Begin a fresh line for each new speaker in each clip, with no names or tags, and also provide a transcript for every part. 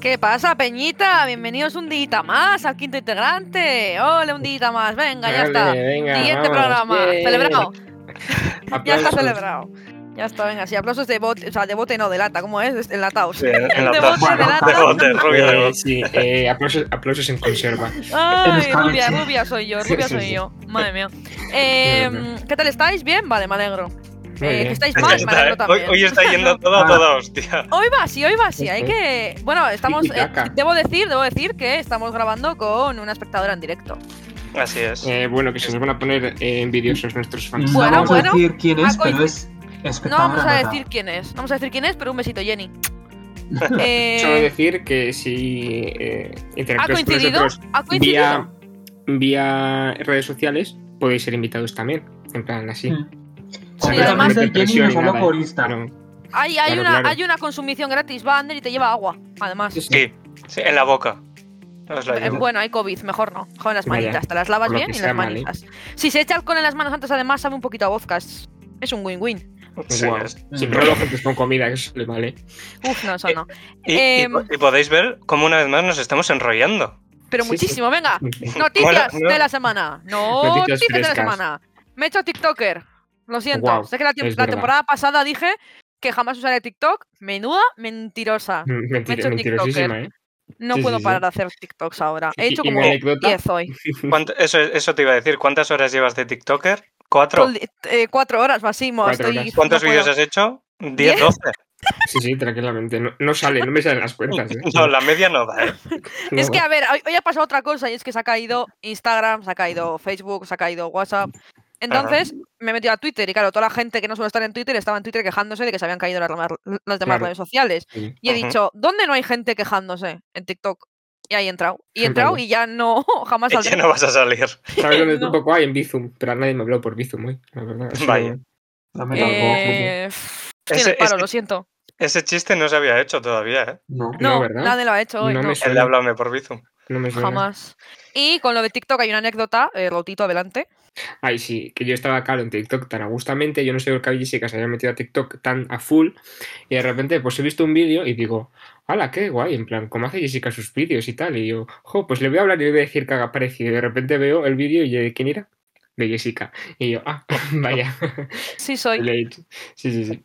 ¿Qué pasa, Peñita? Bienvenidos un día más al quinto integrante. Ole, un día más. Venga, ya
Vale,
está.
venga, Eh,
Siguiente
vamos.
programa.
Bien.
Celebrado. Ya está
Aplausos.
celebrado. Ya está, venga. Si aplausos de bote, o sea, de bote no, de lata, ¿cómo es? Enlatados.
Sí, en la
De
tabla.
bote, de lata.
De bote, rubia de
Eh,
bote.
sí, eh, aplausos, aplausos en conserva.
Eh, Ay,
Buscaba-
rubia, rubia soy yo,
Sí,
rubia
sí,
soy
sí.
yo. Madre mía. Eh,
Madre mía.
¿Qué tal estáis? ¿Bien? Vale, me alegro.
Muy
Eh,
bien.
que estáis
Ya
mal, me
está,
alegro
eh. hoy,
también.
hoy está yendo todo
Ah.
a toda hostia.
Hoy va así, hoy va así. Hay
Ujú.
que. Bueno, estamos. eh,
Tiki-taka.
debo decir, debo decir que estamos grabando con una espectadora en directo.
Así es.
Eh, bueno, que se nos van a poner eh, envidiosos nuestros fans.
no
Bueno,
vamos
bueno.
a decir quién es,
Ah,
pero
coincid-
es
No
espectacular.
vamos a decir quién es. No vamos a decir quién es, pero un besito, Jenny. Eh,
Solo decir que si eh,
¿Ha
interactuáis con
coincidido?
nosotros
¿Ha coincidido?
vía, vía redes sociales, podéis ser invitados también. En plan, así.
Sí,
Sin
además-
meter
Jenny
presión
nos
ni
habló
nada,
por Insta.
pero-
Hay, hay,
Claro,
una,
claro.
hay una consumición gratis, va Ander y te lleva agua, además.
Sí, sí.
Sí, sí, en la boca. Os la
Eh,
llevo.
Bueno, hay COVID, mejor no. Joder, las
Vaya,
manitas, te las lavas
por lo
bien
que
y
sea,
las
vale.
manitas. Si se echa alcohol en las manos antes, además, sabe un poquito a vodka. Es, es un win-win.
Sí,
Guau.
es-
Sin relojes con comida, que eso le vale.
Uf, no,
Eh,
eso no.
Y, y-
Em.
y podéis ver cómo una vez más nos estamos enrollando.
Pero
Sí,
muchísimo, venga.
Mola,
Noticias
¿no?
de la semana. No,
Noticias
noticias de la
frescas.
semana. Me he hecho TikToker. Lo siento.
Guau,
sé que la, tem-
es
la
verdad.
temporada pasada dije que jamás usaré TikTok. Menuda mentirosa.
Mentira,
hecho
mentirosísima, ¿eh?
No
Sí,
puedo
sí, sí.
parar de hacer TikToks ahora. He
Y-
hecho
y mi
como
anécdota-
10 hoy.
¿Cuánto- eso, eso te iba a decir. ¿Cuántas horas llevas de TikToker? ¿Cuatro?
Todo el di- eh, cuatro horas máximo.
Cuatro
estoy,
horas.
¿Cuántos
no puedo.
vídeos has hecho? ¿Diez,
¿Diez?
doce?
Sí, sí, tranquilamente. No, no sale, no me salen las cuentas. ¿eh?
No, la media no da, ¿eh?
No,
Es que, a ver, hoy, hoy ha pasado otra cosa y es que se ha caído Instagram, se ha caído Facebook, se ha caído WhatsApp. Entonces me he metido a Twitter y claro, toda la gente que no suele estar en Twitter estaba en Twitter quejándose de que se habían caído las, demás- las demás
Claro.
redes sociales.
Sí.
Y he
Ujú.
dicho, ¿dónde no hay gente quejándose? En TikTok. Y ahí he entrado. Y he
Siempre
entrado
hay.
y ya no, jamás
Ya
saldré.
no vas a salir.
¿Sabes dónde
No.
tampoco hay? En Bizum. Pero nadie me habló por Bizum hoy, la verdad. Eso-
Vaya.
No me
Eh, pff, estoy en
Ese-
el paro,
ese-
lo siento.
Ese chiste no se había hecho todavía, ¿eh?
No.
no,
No,
¿verdad?
nadie lo ha hecho hoy.
No
No
me
El
Suena.
de háblame por Bizum.
No me suena.
jamás. Y con lo de TikTok hay una anécdota, eh, Rautito, adelante.
Ay, sí, que yo estaba, claro, en TikTok tan a gustamente. Yo no sé por qué Jessica se había metido a TikTok tan a full. Y de repente, pues he visto un vídeo y digo, ¡hala, qué guay! En plan, ¿cómo hace Jessica sus vídeos y tal? Y yo, ¡jo! Pues le voy a hablar y le voy a decir que haga parecido. Y de repente veo el vídeo y ¿de quién era? De Jessica. Y yo, ¡ah! Vaya.
Sí soy.
le he dicho. Sí, sí, sí.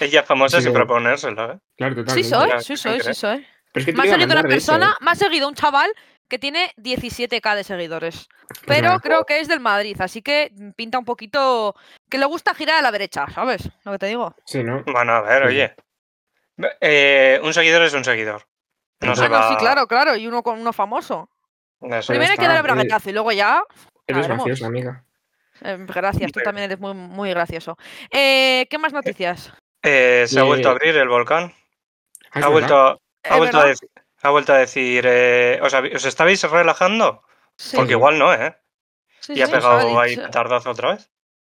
Ella famosa
Sí,
sin
bueno.
proponérselo, ¿eh?
Claro,
Sí
totalmente.
soy,
Ya,
sí soy, sí
¿eh?
soy.
Pero es que te
Me ha
iba a
seguido una
mandar de eso,
persona,
¿eh?
me ha seguido un chaval que tiene 17k de seguidores.
Pues
verdad.
Pero creo que es del Madrid, así que pinta un poquito que le gusta girar a la derecha, ¿sabes? Lo que te digo.
Sí, ¿no?
Bueno, a ver,
Sí.
oye. Eh, un seguidor es un seguidor. No Pues se
ah,
va.
no, sí, claro, claro, y uno con uno famoso.
Eso
Primero hay
está,
que dar el
eres-
braguetazo y luego ya.
Eres
veremos.
graciosa, amiga.
eh, gracias, tú
Hombre.
también eres muy, muy gracioso. Eh, ¿Qué más noticias?
Eh, se ha
Eh,
vuelto a abrir el volcán.
Ah, es
ha,
verdad.
vuelto,
¿Es
ha, vuelto a
Eh, verdad?
dec- ha vuelto a decir. eh, ¿os, habéis- os estabais relajando?
Sí,
Porque
Sí.
igual no, ¿eh?
sí,
y ha
sí,
pegado
ha
ahí
dicho.
petardazo otra vez.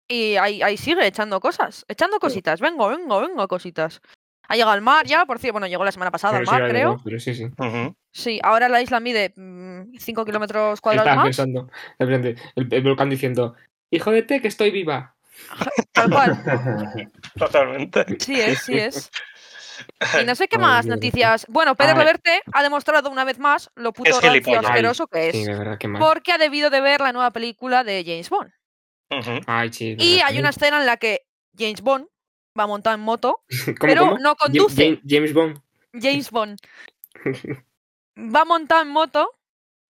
Y ahí, ahí sigue echando cosas, echando cositas. Vengo, vengo, vengo, cositas. Ha llegado al mar ya, por cierto, bueno, llegó la semana pasada
Pero
al
sí,
mar,
vale,
creo.
no, Pero sí, sí.
Ujú.
Sí, ahora la isla mide 5 kilómetros cuadrados
Estaba
más.
pensando, de repente, el, el volcán diciendo, hijo de te que estoy viva.
Tal cual.
Totalmente.
Sí es, sí es. Y no sé qué
Ay,
más
Dios mío.
noticias. Bueno, Pedro
Ay.
Reverte ha demostrado una vez más lo puto
Es
rancio
gilipollas.
asqueroso que es.
Sí, de verdad, qué mal.
Porque ha debido de ver la nueva película de James Bond.
Ujú.
Ay, sí, de
Y
verdad,
hay una escena en la que James Bond va montado en moto.
¿Cómo,
pero
cómo?
no
Ja-
conduce.
Ja- James Bond.
James Bond va montado en moto,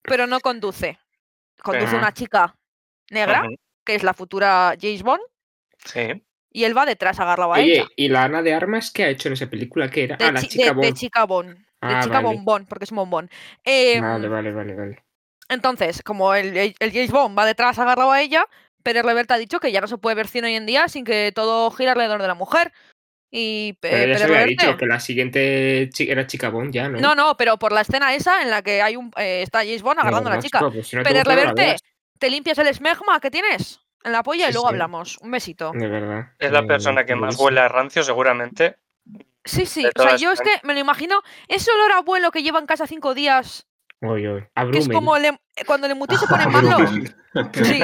pero no conduce. Conduce
Ajá.
una chica negra,
Ujú.
que es la futura James Bond,
Sí.
y él va detrás agarrado a
Oye,
ella.
¿y la Ana de Armas qué ha hecho en esa película? ¿Qué era?
De,
ah, la
chi-
chica
de- de
Bond.
chica Bond. De
Ah,
chica
vale.
bombón, porque es un bombón. Em,
Vale, vale, vale, vale.
Entonces, como el, el- el James Bond va detrás agarrado a ella, Pérez Reverte ha dicho que ya no se puede ver cine hoy en día sin que todo gira alrededor de la mujer. Y eh,
Pero ya
Pérez
se había
Reverte-
dicho que la siguiente chi- era chica Bond, ya, ¿no?
No, no, pero por la escena esa en la que hay un eh, está James Bond agarrando a la
más,
chica.
claro, pues si no te
Pérez
gusta, no la
Reverte,
veas,
¿te limpias el esmegma que tienes? En la polla y
Sí,
luego
sí.
hablamos. Un besito.
De verdad.
Es la
Eh,
persona que más huele a rancio, seguramente.
Sí, sí.
De
O sea,
todas
yo es que
maneras.
me lo imagino. Ese olor a abuelo que lleva en casa cinco días,
Uy, uy.
que es
Abrumen.
como el em- cuando el emutí se pone malo. Sí.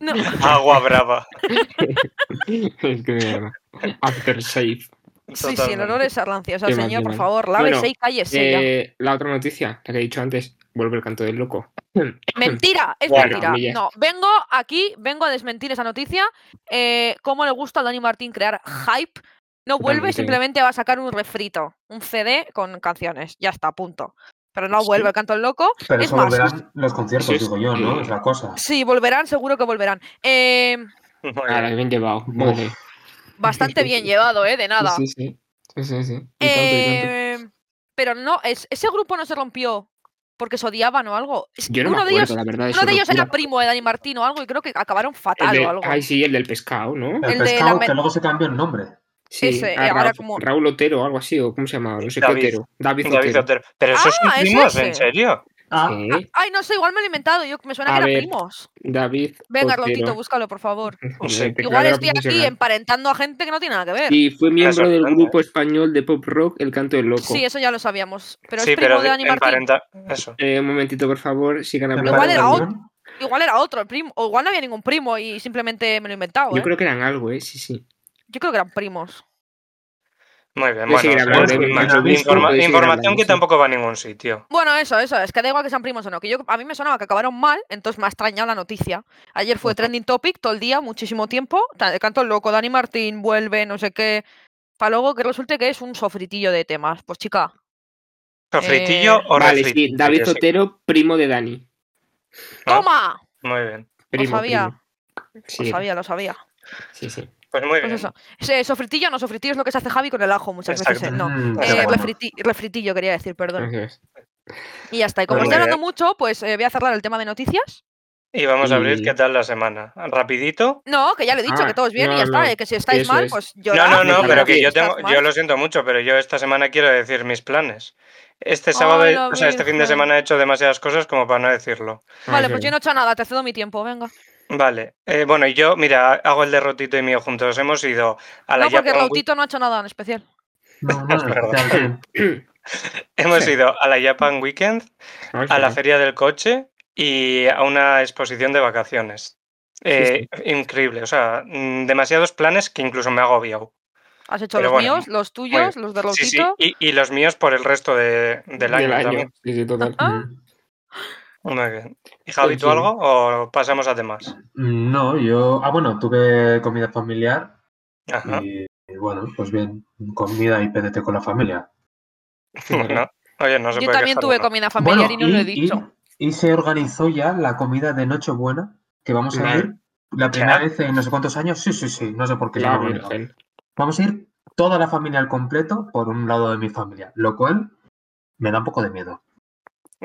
No,
Agua brava.
es que de verdad. After Safe.
Sí, sí, el olor
Totalmente.
es arlancia. O sea,
Qué mal,
señor,
qué
por
mal.
favor, lávese
Bueno,
y cállese ya.
Eh, la otra noticia, la que he dicho antes, vuelve el canto del loco.
Mentira, es
Bueno,
mentira.
Milla.
No, vengo aquí, vengo a desmentir esa noticia. Eh, ¿Cómo le gusta a Dani Martín crear hype? No vuelve,
Totalmente.
simplemente va a sacar un refrito, un CD con canciones. Ya está, punto. Pero no
Sí.
vuelve el canto del loco.
Pero
Es
eso
más,
volverán los conciertos,
Sí, sí.
digo yo, ¿no? Es la cosa.
Sí, volverán, seguro que volverán. Eh,
Muy
Ahora,
bien.
bien llevado. Vale. Sí,
bastante bien llevado, ¿eh? De nada.
Sí, sí. Sí, sí, sí. Y tanto, y tanto.
Eh, pero no, es- ese grupo no se rompió porque se odiaban o algo. Es-
Yo no
uno
me
de
acuerdo,
ellos,
la verdad. de
uno
su
de ellos era
locura.
primo de Dani Martín o algo y creo que acabaron
El
fatal
de-
o algo.
Ay, sí, el del pescado, ¿no?
El,
El de la
pescado
me-
que luego se cambió el nombre.
Sí,
Ese,
ah,
eh, ahora
Raúl,
como-
Raúl Otero o algo así, o cómo se llamaba, no sé qué
David.
Otero. David,
David
Otero.
Otero. Pero esos
Ah, es
primos,
ese.
¿en serio?
Ah,
Sí,
Ah, Ay, no sé, igual me lo he inventado. Yo me suena
A
que
ver, pues
eran primos.
David
Venga,
Otero. este
Rontito, búscalo, por favor.
No sé,
Tecladero
Igual estoy aquí
profesional.
emparentando a gente que no tiene nada que ver.
Y fue miembro del
sorprende.
grupo español de pop rock El Canto del Loco.
Sí, eso ya lo sabíamos. Pero
sí,
es primo
pero
de Dani Martín.
emparenta- Eso.
Eh, un momentito, por favor, sigan hablando.
Igual era
también.
otro. Igual era otro, el primo. O igual no había ningún primo y simplemente me lo he inventado.
Yo
¿eh?
creo que eran algo, ¿eh? Sí, sí.
Yo creo que eran primos.
Muy bien,
Voy a seguir
bueno.
hablando,
sí,
eh,
más-
Macho Bisco,
informa-
voy a seguir
información
hablando,
que
sí.
tampoco va a ningún sitio.
Bueno, eso, eso, es que da igual que sean primos o no, que yo a mí me sonaba que acabaron mal, entonces me ha extrañado la noticia. Ayer fue trending topic todo el día, muchísimo tiempo, ta- canto el loco, Dani Martín vuelve, no sé qué, para luego que resulte que es un sofritillo de temas. Pues chica,
¿Refritillo
Eh,
o
vale,
refritillo?
sí, David
Sí,
Otero, primo de Dani.
Ah,
¡toma!
Muy bien.
Primo,
sabía.
primo. Sí,
Lo sabía, lo sabía.
sí, sí.
Pues muy
Pues
bien.
eso. Ese sofritillo, no sofritillo es lo que se hace Javi con el ajo muchas veces.
Exacto.
eh, No.
Mm,
Pero
Eh,
qué bueno.
refriti- refritillo quería decir, perdón.
Entonces,
Y ya está. Y como
Muy
estoy
bien.
hablando mucho, pues eh, voy a cerrar el tema de noticias.
Y vamos a abrir
Y-
qué tal la semana. Rapidito.
No, que ya lo he dicho,
Ah,
que todos bien y
no,
ya está.
no,
eh, que si estáis
eso
mal,
es.
pues yo
No, no, no,
Rapidito,
pero que yo
rapidito.
tengo, yo lo siento mucho, pero yo esta semana quiero decir mis planes. Este
Ay,
sábado,
la
o sea, este fin de
Virgen.
semana he hecho demasiadas cosas como para no decirlo.
Vale,
ah,
pues
sí.
yo no he hecho nada, te cedo mi tiempo, venga.
Vale, eh, bueno, y yo, mira, hago el derrotito y mío juntos. Hemos ido a la
No, porque
Japan Week-
Rautito no ha hecho nada en especial.
No, no,
Perdón.
especial,
hemos
Sí.
ido a la Japan Weekend,
Ah, sí.
a la Feria del Coche y a una exposición de vacaciones. Eh, Increíble, o sea, mm, demasiados planes que incluso me ha agobiado.
Has hecho
Pero
los
bueno,
míos, los tuyos, los de
Sí, sí,
Rautito.
y, y los míos por el resto de- del año,
Del año.
también.
Sí, sí, total.
Ah.
Mm.
Muy bien. ¿Y Javi,
En
tú
fin.
algo o pasamos a temas?
No, yo. Ah, bueno, tuve comida familiar
Ajá.
y, y bueno, pues bien, comida y PDT con la familia.
Bueno, oye, no se
Yo
puede
también
quejar
tuve
uno.
comida familiar
Bueno,
y no lo he dicho.
Y, se organizó ya la comida de Nochebuena, que vamos a
Vale.
ir la primera
¿Ya?
vez en no sé cuántos años. Sí, sí, sí, no sé por qué. se
La
Ah,
me ha olvidado.
Virgen.
Vamos a ir toda la familia al completo por un lado de mi familia, lo cual me da un poco de miedo.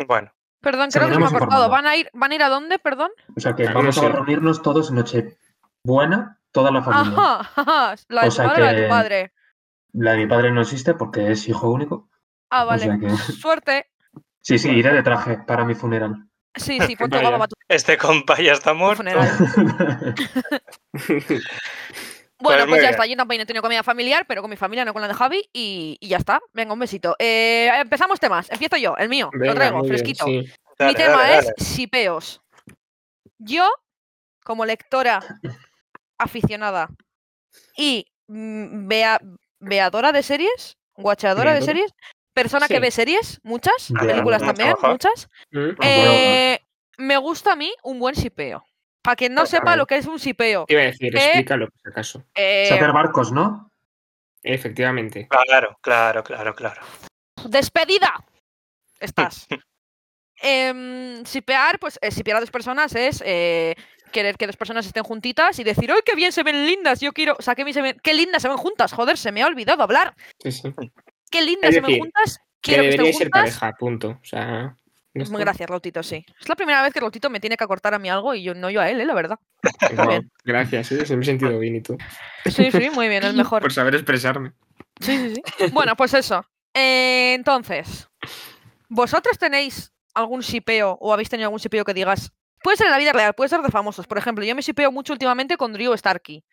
Bueno,
Perdón, creo que se me ha
Seguiremos
cortado.
informando.
¿Van a ir, van a ir a dónde, perdón?
O sea que
Claro,
vamos
sí.
a reunirnos todos Nochebuena, toda la familia.
Ajá, ajá, La de
O
tu
sea
madre o la de tu
que-
padre.
La de mi padre no existe porque es hijo único.
Ah,
o
vale.
sea que-
Suerte.
Sí, sí, iré de traje para mi funeral.
Sí, sí, ponte
Vaya.
guapa para tu
este compa ya está muerto.
funeral. Bueno,
muy
pues ya
bien.
está. Yo también he tenido comida familiar, pero con mi familia, no con la de Javi. Y, y ya está. Venga, un besito. Eh, empezamos temas. Empiezo yo, el mío.
Venga,
lo traigo,
muy bien,
fresquito.
sí.
Dale,
Mi tema
dale,
es
dale.
sipeos. Yo, como lectora aficionada y mm, vea- veadora de series, guachadora de
Veadora.
series, persona que
Sí.
ve series, muchas,
Ya,
películas
mucho
también,
mejor.
muchas,
Mm.
Ah, bueno.
eh, me gusta a mí un buen sipeo. Para quien no
Pues, a
sepa
ver.
lo que es un sipeo,
Te iba a decir,
Eh.
explícalo, por si acaso.
eh,
Sacar barcos, ¿no?
Efectivamente.
Claro, claro, claro, claro.
¡Despedida! Estás. Em, Sipear, pues eh, sipear a dos personas es eh, querer que dos personas estén juntitas y decir, ¡ay, qué bien se ven lindas! Yo quiero, o sea, que bien se ven- qué lindas se ven juntas, joder, se me ha olvidado hablar.
Sí, sí.
Qué lindas
Es
se ven
decir,
juntas,
Que
quiero que estén
deberíais ser
juntas.
pareja, punto. O sea. ya está.
Muy gracias, Rautito, sí. Es la primera vez que Rautito me tiene que acortar a mí algo y yo no yo a él, eh, la verdad.
Guau,
bien.
Gracias, sí, se me he sentido bien y tú.
Sí, sí, muy bien, el mejor.
Por saber expresarme.
Sí, sí, sí. Bueno, pues eso. Eh, entonces, ¿vosotros tenéis algún sipeo o habéis tenido algún sipeo que digas? Puede ser en la vida real, puede ser de famosos. Por ejemplo, yo me sipeo mucho últimamente con Drew Starkey.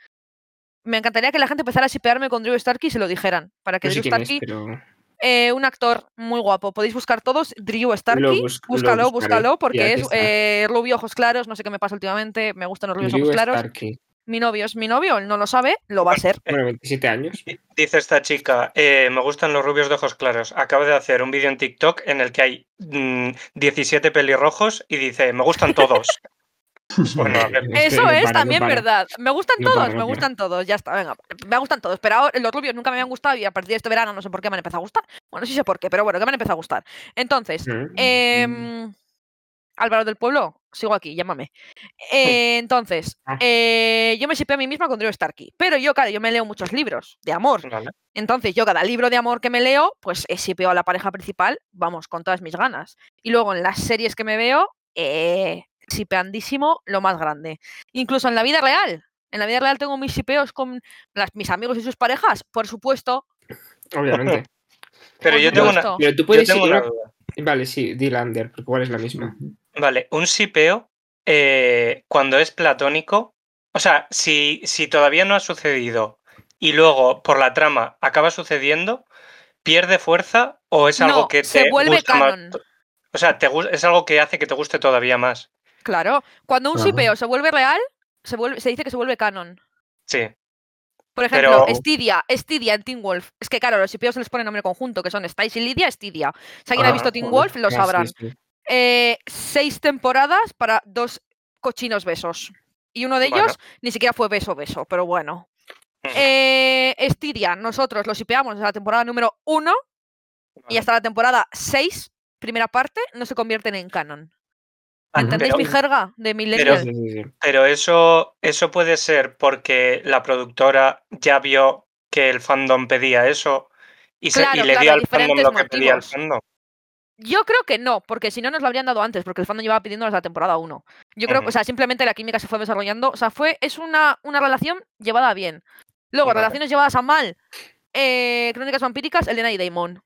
Me encantaría que la gente empezara a sipearme con Drew Starkey y se lo dijeran. Para que
No sé
Drew
quién es,
Starkey,
pero.
eh, un actor muy guapo. Podéis buscar todos Drew Starkey.
bus- lo
búscalo,
buscaré.
búscalo, porque
Ya que
es
está.
eh, rubio ojos claros. No sé qué me pasa últimamente. Me gustan los rubios
Drew
ojos claros.
Starkey.
Mi novio es mi novio, él no lo sabe, lo va a ser.
Bueno, 27 años.
Dice esta chica, eh, me gustan los rubios de ojos claros. Acabo de hacer un vídeo en TikTok en el que hay mm, 17 pelirrojos y dice, me gustan todos. Bueno, a ver.
Este,
Eso
no
es
para, no
también
para.
verdad. Me gustan
No
todos,
para, no
me
para.
gustan todos, ya está, venga. Me gustan todos, pero ahora los rubios nunca me habían gustado y a partir de este verano no sé por qué me han empezado a gustar. Bueno, sí sé por qué, pero bueno, que me han empezado a gustar. Entonces,
Mm.
em, Álvaro del Pueblo, sigo aquí, llámame. Eh, entonces,
Ah.
eh, yo me sipeo a mí misma con Drew Starkey, pero yo, claro, yo me leo muchos libros de amor.
Vale.
Entonces, yo cada libro de amor que me leo, pues eh, sipeo a la pareja principal, vamos, con todas mis ganas. Y luego en las series que me veo, eh, sipeandísimo, lo más grande. Incluso en la vida real. En la vida real tengo mis sipeos con las- mis amigos y sus parejas, por supuesto.
Obviamente.
Pero
por
yo tengo una,
supuesto.
Pero tú
yo
puedes
tengo
ir-
una duda.
Vale, sí, Dylander, porque igual es la misma.
Vale, un sipeo eh, cuando es platónico, o sea, si, si todavía no ha sucedido y luego por la trama acaba sucediendo, ¿pierde fuerza o es algo
No,
que te
se vuelve
gusta más?
canon.
O sea, te gus- es algo que hace que te guste todavía más.
Claro, cuando un
Ajá.
sipeo se vuelve real, se, vuelve- se dice que se vuelve canon.
Sí.
Por ejemplo,
Pero-
Estidia, Estidia en Teen Wolf. Es que claro, los sipeos se les pone nombre conjunto, que son Stice y Lidia, Estidia. Si alguien ha
Ah,
visto Teen
Joder,
Wolf, lo
ah, sí,
sabrán.
sí.
Eh, seis temporadas para dos cochinos besos. Y uno de ellos
Bueno.
ni siquiera fue beso, beso, pero bueno.
Mm.
Eh, Estiria, nosotros lo sipeamos desde la temporada número uno y
Vale.
hasta la temporada 6, primera parte, no se convierten en canon.
Ah,
¿Entendéis
pero-
mi jerga de millennial?
Sí, sí, sí.
Pero eso, eso puede ser porque la productora ya vio que el fandom pedía eso y, se- y
Claro,
le
claro,
dio al
diferentes
fandom lo que pedía el
motivos.
fandom.
Yo creo que no, porque si no nos lo habrían dado antes, porque el fandom llevaba pidiendo desde la temporada 1. Yo creo que,
Ujú.
o sea, simplemente la química se fue desarrollando. O sea, fue, es una, una relación llevada a bien. Luego,
Vale.
relaciones llevadas a mal. Eh, Crónicas vampíricas, Elena y Damon.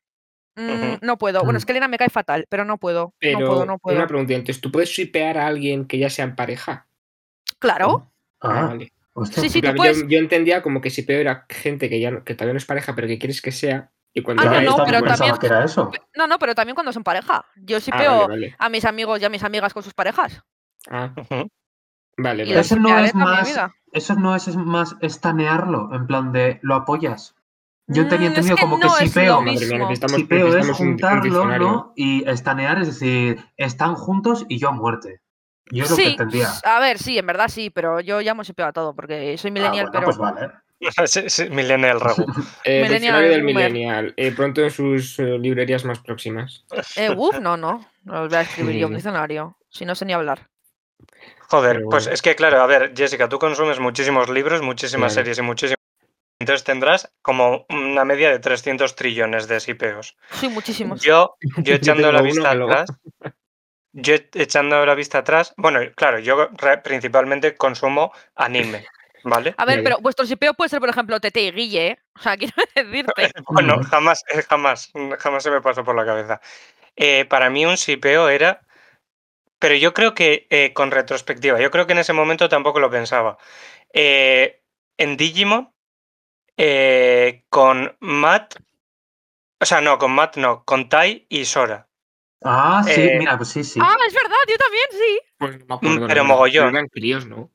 Mm,
Ujú.
No puedo. Bueno,
Mm.
es que Elena me cae fatal, pero no puedo.
Pero
no puedo, no puedo.
una pregunta, entonces, ¿tú puedes shipear a alguien que ya sea en pareja?
Claro.
Ah,
Ah,
vale.
hostia.
Sí, sí,
En plan,
tú puedes.
yo, yo entendía como que shipeo era gente que ya no- que todavía no es pareja, pero que quieres que sea. Y cuando
Ah,
ya
no,
Yo
es-
no,
también
pero
pensaba
también-
que era eso.
No, no, pero también cuando son pareja. Yo sí
Ah,
veo
vale, vale.
a mis amigos y a mis amigas con sus parejas.
Ah,
Ujú.
vale,
Y
vale.
los
Eso no
sipearé
es
toda mi
más-
vida.
Eso no es, es más estanearlo, en plan de lo apoyas. Yo tenía
Mm, es
entendido
que
como que
no es
sipeo.
lo
Madre mía,
mismo.
necesitamos,
Sipeo es
necesitamos un- un
juntarlo,
diccionario.
¿no? Y estanear es decir, están juntos y yo a muerte. Yo es lo que
Sí, Ah,
entendía.
s- a ver, sí, en verdad sí, pero yo llamo sipeo a todo porque soy millennial,
Ah, bueno,
pero.
pues vale.
Sí, sí, Millennial Ragu.
Eh,
Millennial
diccionario del
Boomer.
Millennial. eh, pronto en sus eh, librerías más próximas.
Eh, uf, no, no. No os voy a escribir yo un
Mm.
diccionario. Si no sé ni hablar.
Joder,
Pero
pues
bueno.
es que claro, a ver, Jessica, tú consumes muchísimos libros, muchísimas
Claro.
series y muchísimas. Entonces tendrás como una media de 300 trillones de sipeos.
Sí, muchísimos.
Yo, yo
Yo
echando
tengo
la
uno
vista
que lo-
atrás. Yo e- echando la vista atrás. Bueno, claro, yo re- principalmente consumo anime, ¿vale?
A ver,
Vale.
pero vuestro sipeo puede ser, por ejemplo, Tete y Guille, ¿eh? O sea, quiero decirte.
Bueno,
Ujú.
jamás, eh, jamás, mm, jamás se me pasó por la cabeza. Eh, para mí un sipeo era, pero yo creo que eh, con retrospectiva, yo creo que en ese momento tampoco lo pensaba. Eh, en Digimon, eh, con Matt, o sea, no, con Matt no, con Tai y Sora.
Ah, sí,
Eh,
mira, pues sí, sí.
Ah, es verdad, yo también, sí.
Pues no me acuerdo, la
Mm, pero
verdad.
mogollón.
Pero eran críos, ¿no?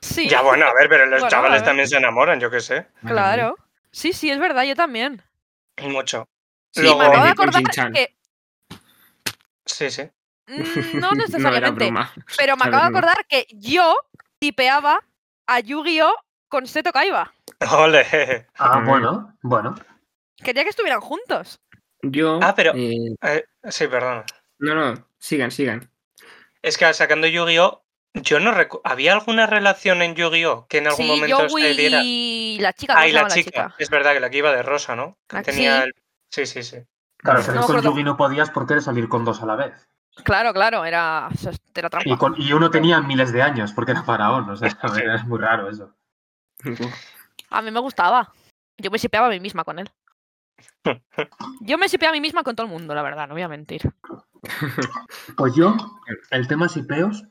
Sí,
Ya bueno, a ver, pero los
Bueno, a
chavales
ver.
también se enamoran, yo qué sé,
Vale, vale.
claro. Sí, sí, es verdad, yo también.
mucho.
Sí,
Y
Luego-
me acabo de
con
acordar
Shin-chan.
que.
Sí, sí.
mm, No
era
necesariamente.
broma.
pero me
A
acabo de
ver, no.
acordar que yo tipeaba a Yu-Gi-Oh! con Seto Kaiba.
Ole.
Ah,
Mm.
bueno, bueno.
Quería que estuvieran juntos.
Yo.
Ah, pero-
eh,
Eh, sí, perdona.
no, no, sigan, sigan.
Es que ah, sacando Yu-Gi-Oh! Yo no recu- ¿Había alguna relación en Yu-Gi-Oh! que en algún
Sí,
momento se
Yowie
diera?
y la chica. ¿cómo
Ah, y
se
la
llama
chica. Es verdad que la que iba de rosa, ¿no? Que
La-
tenía
sí.
el- sí, sí, sí.
Claro, pero
No me
con
acuerdo.
Yugi no podías porque era salir con dos a la vez.
Claro, claro, era, eso es- era trampa.
Y, con- y uno tenía miles de años porque era faraón, o sea,
Sí.
es muy raro eso.
A mí me gustaba. Yo me sipeaba a mí misma con él. Yo me sipeaba a mí misma con todo el mundo, la verdad, no voy a mentir.
Pues yo, el tema sipeos,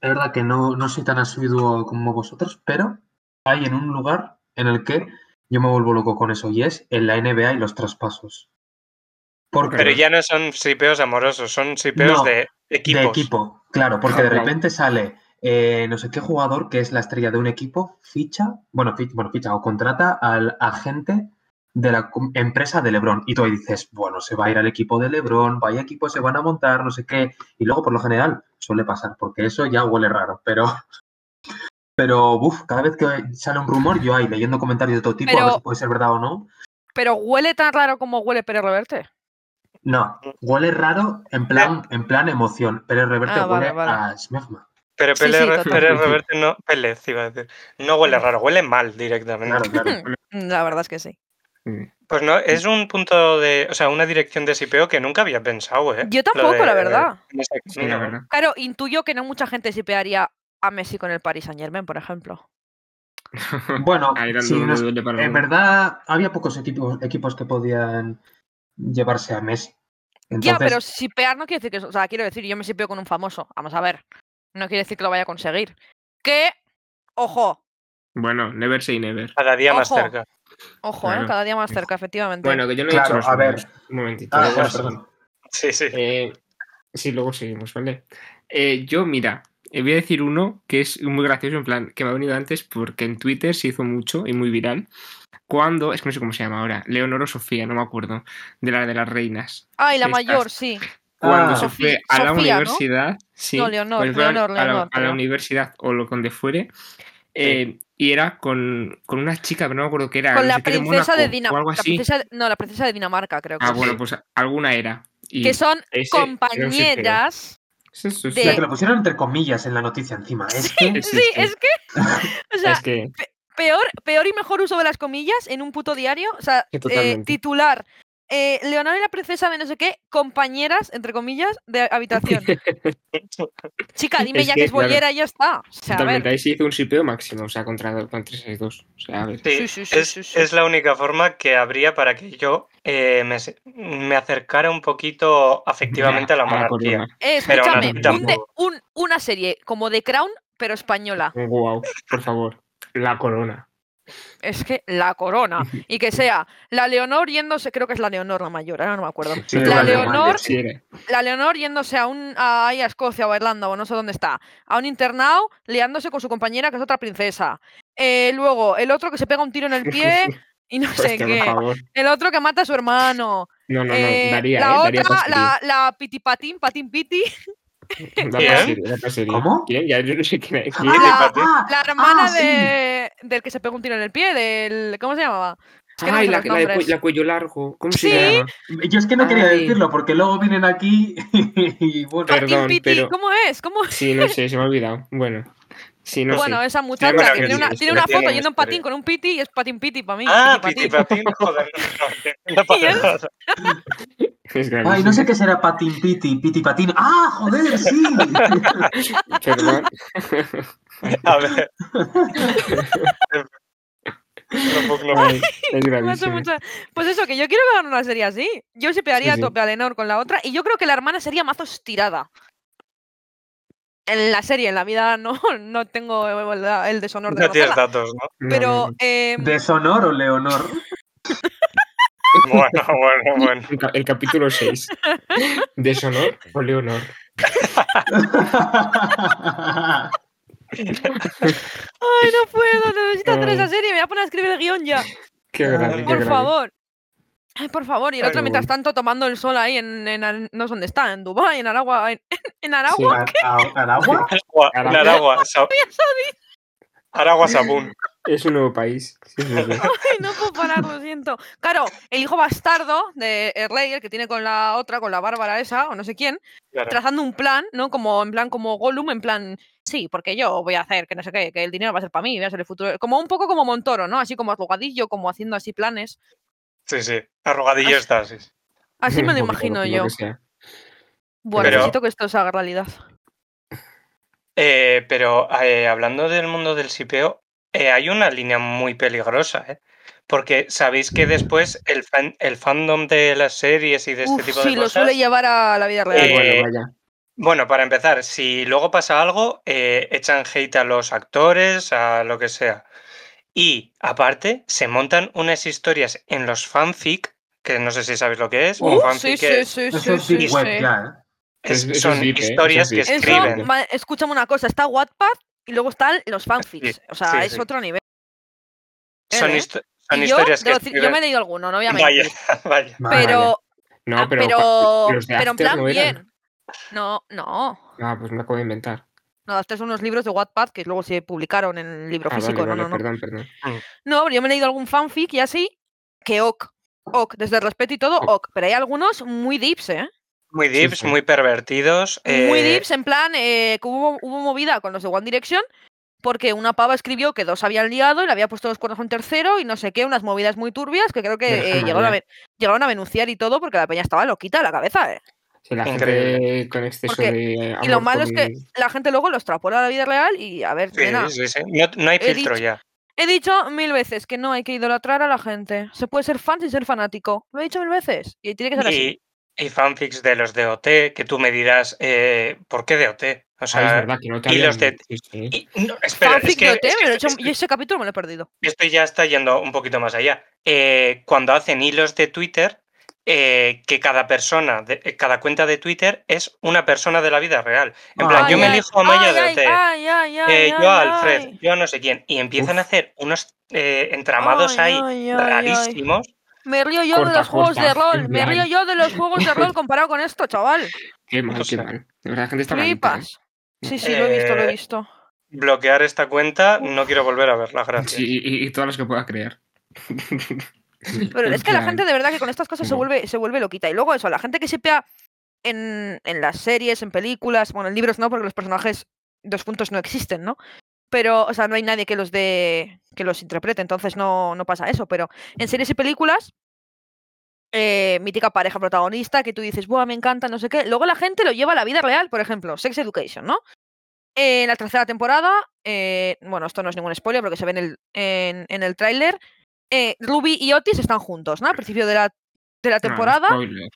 es verdad que no, no soy tan asiduo como vosotros, pero hay en un lugar en el que yo me vuelvo loco con eso, y es en la NBA y los traspasos. Porque
Pero ya no son sipeos amorosos, son sipeos
No,
de
de
equipos.
equipo, claro, porque de
Ajá.
repente sale eh, no sé qué jugador que es la estrella de un equipo ficha, bueno, ficha, bueno, ficha o contrata al agente de la com- empresa de Lebron. Y tú ahí dices, bueno, se va a ir al equipo de Lebron, vaya equipo, se van a montar, no sé qué. Y luego, por lo general, suele pasar, porque eso ya huele raro, pero... Pero, uff, cada vez que sale un rumor, yo ahí leyendo comentarios de todo tipo, a
Pero-
ver si puede ser verdad o no.
Pero huele tan raro como huele Pérez Reverte.
No, huele raro en plan, en plan emoción, pero el reverte
Ah, vale,
huele
vale.
a smegma.
Pero
Sí,
Pele,
sí,
Re-
total.
Pele Reverte no. Pele, sí, iba a decir. No huele raro, huele mal directamente.
Claro, claro.
Mm, La verdad es que sí.
Pues no, es un punto de. O sea, una dirección de sipeo que nunca había pensado, ¿eh?
Yo
Lo
tampoco,
de-
la verdad.
en esa-
Sí, la verdad.
Claro, intuyo que no mucha gente sipearía a Messi con el Paris Saint Germain, por ejemplo.
Bueno,
Ahí dando
sí,
duro,
nos-
duele para
en
uno.
verdad había pocos equipos, equipos que podían llevarse a Messi.
ya, pero
Entonces,
sipear no quiere decir que. eso- O sea, quiero decir, yo me sipeo con un famoso. Vamos a ver. No quiere decir que lo vaya a conseguir. Que. Ojo,
Bueno, never say never.
Cada día más
Ojo.
cerca.
ojo, ¿eh?
Claro.
cada día más cerca, efectivamente.
Bueno, que yo no he
Claro,
dicho los
a ver.
números. Un momentito.
Ah,
luego
bueno,
sí.
perdón.
Sí, sí.
Eh, sí, luego seguimos, ¿vale? Eh, yo, mira, eh, voy a decir uno que es muy gracioso, en plan, que me ha venido antes porque en Twitter se hizo mucho y muy viral. Cuando, es que no sé cómo se llama ahora, Leonor o Sofía, no me acuerdo, de la de las reinas.
Ay, la
estás-
mayor, sí.
Cuando
Ah.
se fue
Sofi-
a la
Sofía, ¿no?
universidad, sí,
No, Leonor,
cuando se fue a la-
Leonor,
a, la,
Leonor,
a la
creo.
universidad o lo donde fuere, eh, y era con, con una chica, pero no me acuerdo qué era.
Con
no
la
sé qué de
princesa de
Mónaco o algo
Dinamarca.
así.
No, la princesa de Dinamarca, creo que
Ah,
sí.
bueno, pues alguna era. Y
Que son
ese era un sitio.
compañeras.
Sí, sí,
de-
sí.
la que lo pusieron entre comillas en la noticia encima. ¿eh? Es que,
Sí,
Sí,
sí.
es que. O sea,
es que
peor, peor y mejor uso de las comillas en un puto diario. O sea,
Sí,
eh,
totalmente.
titular. Eh, Leonor y la princesa de no sé qué, compañeras, entre comillas, de habitación. Chica, dime
Es
ya
que,
que es
claro.
bollera y ya está. O sea, a
totalmente
ver.
ahí se hizo un sipeo máximo, o sea, contra, contra esas dos. O sea, a ver.
Sí,
Sí,
sí, sí,
es,
sí, sí.
es la única forma que habría para que yo eh, me, se- me acercara un poquito afectivamente a la monarquía.
Ah, corona.
Eh,
Pero aún
escúchame,
así
un de- un- una serie como The Crown, pero española.
Guau, por favor. La corona.
Es que la corona. Y que sea la Leonor yéndose, creo que es la Leonor la mayor, ahora no me acuerdo.
Sí,
La
vale,
Leonor-
vale, sí era.
La Leonor yéndose a un a, ahí a Escocia o a Irlanda o no sé dónde está, a un internado, liándose con su compañera que es otra princesa. Eh, luego, el otro que se pega un tiro en el pie y no sé
Es que,
qué.
por favor.
El otro que mata a su hermano.
No, no, no.
Eh,
daría,
la
eh,
otra,
daría pa' serie.
la, la pitipatín, patín piti.
Da
¿Quién?
pa' serie, da pa' serie.
¿Cómo?
¿Quién? Ya yo no sé quién es.
Ah,
la-
Pati?
ah,
La hermana
ah, sí.
de, del que se pegó un tiro en el pie, del. ¿Cómo se llamaba? Es que no me
Ay,
sé
la,
los
la de cu-
nombres.
la cuello largo. ¿Cómo
Sí.
se llama?
Yo es que no quería
Ay.
decirlo porque luego vienen aquí y bueno.
Patín
Perdón,
piti,
pero-
¿cómo es? ¿Cómo es?
Sí, no sé, se me ha olvidado. Bueno. Sí, no
bueno, eh.
sé.
esa muchacha
una
que tiene una,
serie,
tiene una
tiene
foto
una
yendo en
serie.
patín con un piti y es patín piti para mí.
Ah,
piti, patín.
pitipatín, joder, no, no,
Y es-
no, no.
Es
Ay, no
gravísimo.
sé qué será patin piti, piti patín. ¡Ah, joder, sí!
Perdón.
A ver. No,
Ay, es
Me hace
gravísimo.
mucha- Pues eso, que yo quiero ver una serie así. Yo se pegaría
Sí, sí.
a tope a Lenor con la otra. Y yo creo que la hermana sería más hostirada. En la serie, en la vida no, no tengo el, el deshonor de
no tienes
conocerla.
datos, ¿no?
No, no,
Pero
no.
eh,
¿Deshonor o Leonor?
Bueno, bueno, bueno.
El ca- El capítulo 6. Deshonor o Leonor.
ay, no puedo, necesito hacer
Ay.
esa serie. Me voy a poner a escribir el guión ya.
Qué grave. qué
Por
grave.
favor. Ay, por favor. Y el
Ay,
otro,
no,
mientras
bueno.
tanto, tomando el sol ahí en, en Ar- no sé dónde está, en Dubái, en Aragua, en, en Aragua.
Sí.
¿A- a- ¿Al agua?
Aragua,
Aragua.
Aragua, Sa- Aragua Sabún.
Es un nuevo país. Sí, es verdad.
Ay, no puedo parar, lo siento. Claro, el hijo bastardo de el rey, el que tiene con la otra, con la bárbara esa, o no sé quién,
Claro.
trazando un plan, ¿no? Como en plan, como Gollum, en plan, sí, porque yo voy a hacer que no sé qué, que el dinero va a ser para mí, voy a ser el futuro. Como un poco como Montoro, ¿no? Así como arrugadillo, como haciendo así planes.
Sí, sí. Arrogadillo está, sí. sí.
Así me lo
Un poco,
imagino
lo
yo.
que sea.
Bueno,
Pero-
necesito que esto se haga realidad.
Eh, pero eh, hablando del mundo del sipeo, eh, hay una línea muy peligrosa, ¿eh? Porque sabéis que después el, fan- el fandom de las series y de este
Uf,
tipo de
sí, lo
cosas.
suele llevar a la vida real.
Eh,
Bueno, vaya.
Bueno, para empezar, si luego pasa algo, eh, echan hate a los actores, a lo que sea. Y aparte, se montan unas historias en los fanfic, que no sé si sabéis lo que es.
Uh,
un fanfic
sí, sí,
es-
sí,
Eso
sí,
es deep
sí,
web
sí.
ya, ¿eh?
Es-
Es- eso
son
es deep, ¿eh? Eso es
historias que
deep.
Eso,
escriben.
ma- escúchame una cosa, está Wattpad y luego están los fanfics.
Sí,
o sea,
sí,
es
sí.
otro nivel.
Son,
¿eh?
histo- son
Y yo,
historias que
debo decir, yo
escriben.
me he leído alguno, no voy a
Vaya,
mentir.
vaya.
Vale,
Pero, ah,
No, pero,
pero,
pa-
pero,
los de
en
After
plan
no eran.
bien. No, no.
Ah, pues me acabo de inventar.
No, estos son unos libros de Wattpad que luego se publicaron en el libro
Ah,
físico.
vale, vale,
no, no, no.
perdón, perdón.
No, pero yo me he leído algún fanfic y así, que ok. Ok, desde el respeto y todo,
Ok.
ok. Pero hay algunos muy dips, ¿eh?
Muy
Sí,
dips,
sí.
muy pervertidos.
Muy
eh,
dips, en plan, eh, que hubo, hubo movida con los de One Direction, porque una pava escribió que dos habían liado y le había puesto los cuernos a un tercero y no sé qué, unas movidas muy turbias que creo que
Virgen
eh, llegaron, a,
María.
ven- llegaron a denunciar y todo porque la peña estaba loquita de la cabeza, ¿eh?
Sí, la
Increíble.
gente con exceso
Porque-
de eh,
y lo
amor
malo es
por
que
el-
la gente luego lo extrapola a la vida real y a ver,
sí,
nena,
sí, sí. No, no hay
He
filtro
dicho-
ya.
He dicho mil veces que no hay que idolatrar a la gente. Se puede ser fan sin ser fanático. Lo he dicho mil veces. Y tiene que ser así.
Y, y fanfics de los DOT, que tú me dirás, eh, ¿por qué DOT? O
Ah, es
sea,
verdad que no te
y
habían-
los de-
sí, sí.
y- no, espera, es
Fanfic
que,
de OT,
es que-
me lo he hecho-
es que
y ese capítulo me lo he perdido.
esto ya está yendo un poquito más allá. Eh, cuando hacen hilos de Twitter, eh, que cada persona, de- eh, cada cuenta de Twitter es una persona de la vida real. En plan,
Ah,
yo me
ya.
elijo a Maya
ay, ay,
DOT.
ay, ay, ay,
eh,
ay,
yo a
ay.
Alfred, yo a no sé quién, y empiezan
Uf.
a hacer unos eh, entramados
Ay,
ahí
ay, ay, ay.
rarísimos.
Me río yo de
Corta,
los juegos de
corta,
rol.
en
Me río
plan.
yo de los juegos de rol comparado con esto, chaval.
Qué mal,
o
qué
sea,
mal. De verdad, La gente está malita, ¿eh?
Flipas. Sí, sí, lo he visto, lo he
Eh,
visto.
Bloquear esta cuenta, no quiero volver a verla, gracias.
Sí, y, y todas las que pueda crear.
Pero es que la gente de verdad que con estas cosas se
no.
vuelve, se vuelve loquita. Y luego eso, la gente que se pea en, en las series, en películas, bueno, en libros no, porque los personajes dos puntos no existen, ¿no? Pero, o sea, no hay nadie que los de. que los interprete, entonces no, no pasa eso. Pero en series y películas, eh, mítica pareja protagonista, que tú dices, buah, me encanta, no sé qué. Luego la gente lo lleva a la vida real, por ejemplo, Sex Education, ¿no? En la tercera temporada, eh, bueno, esto no es ningún spoiler porque se ve en el, en, en el tráiler, eh, Ruby y Otis están juntos, ¿no? Al principio de la, de la
No,
temporada.
spoiler.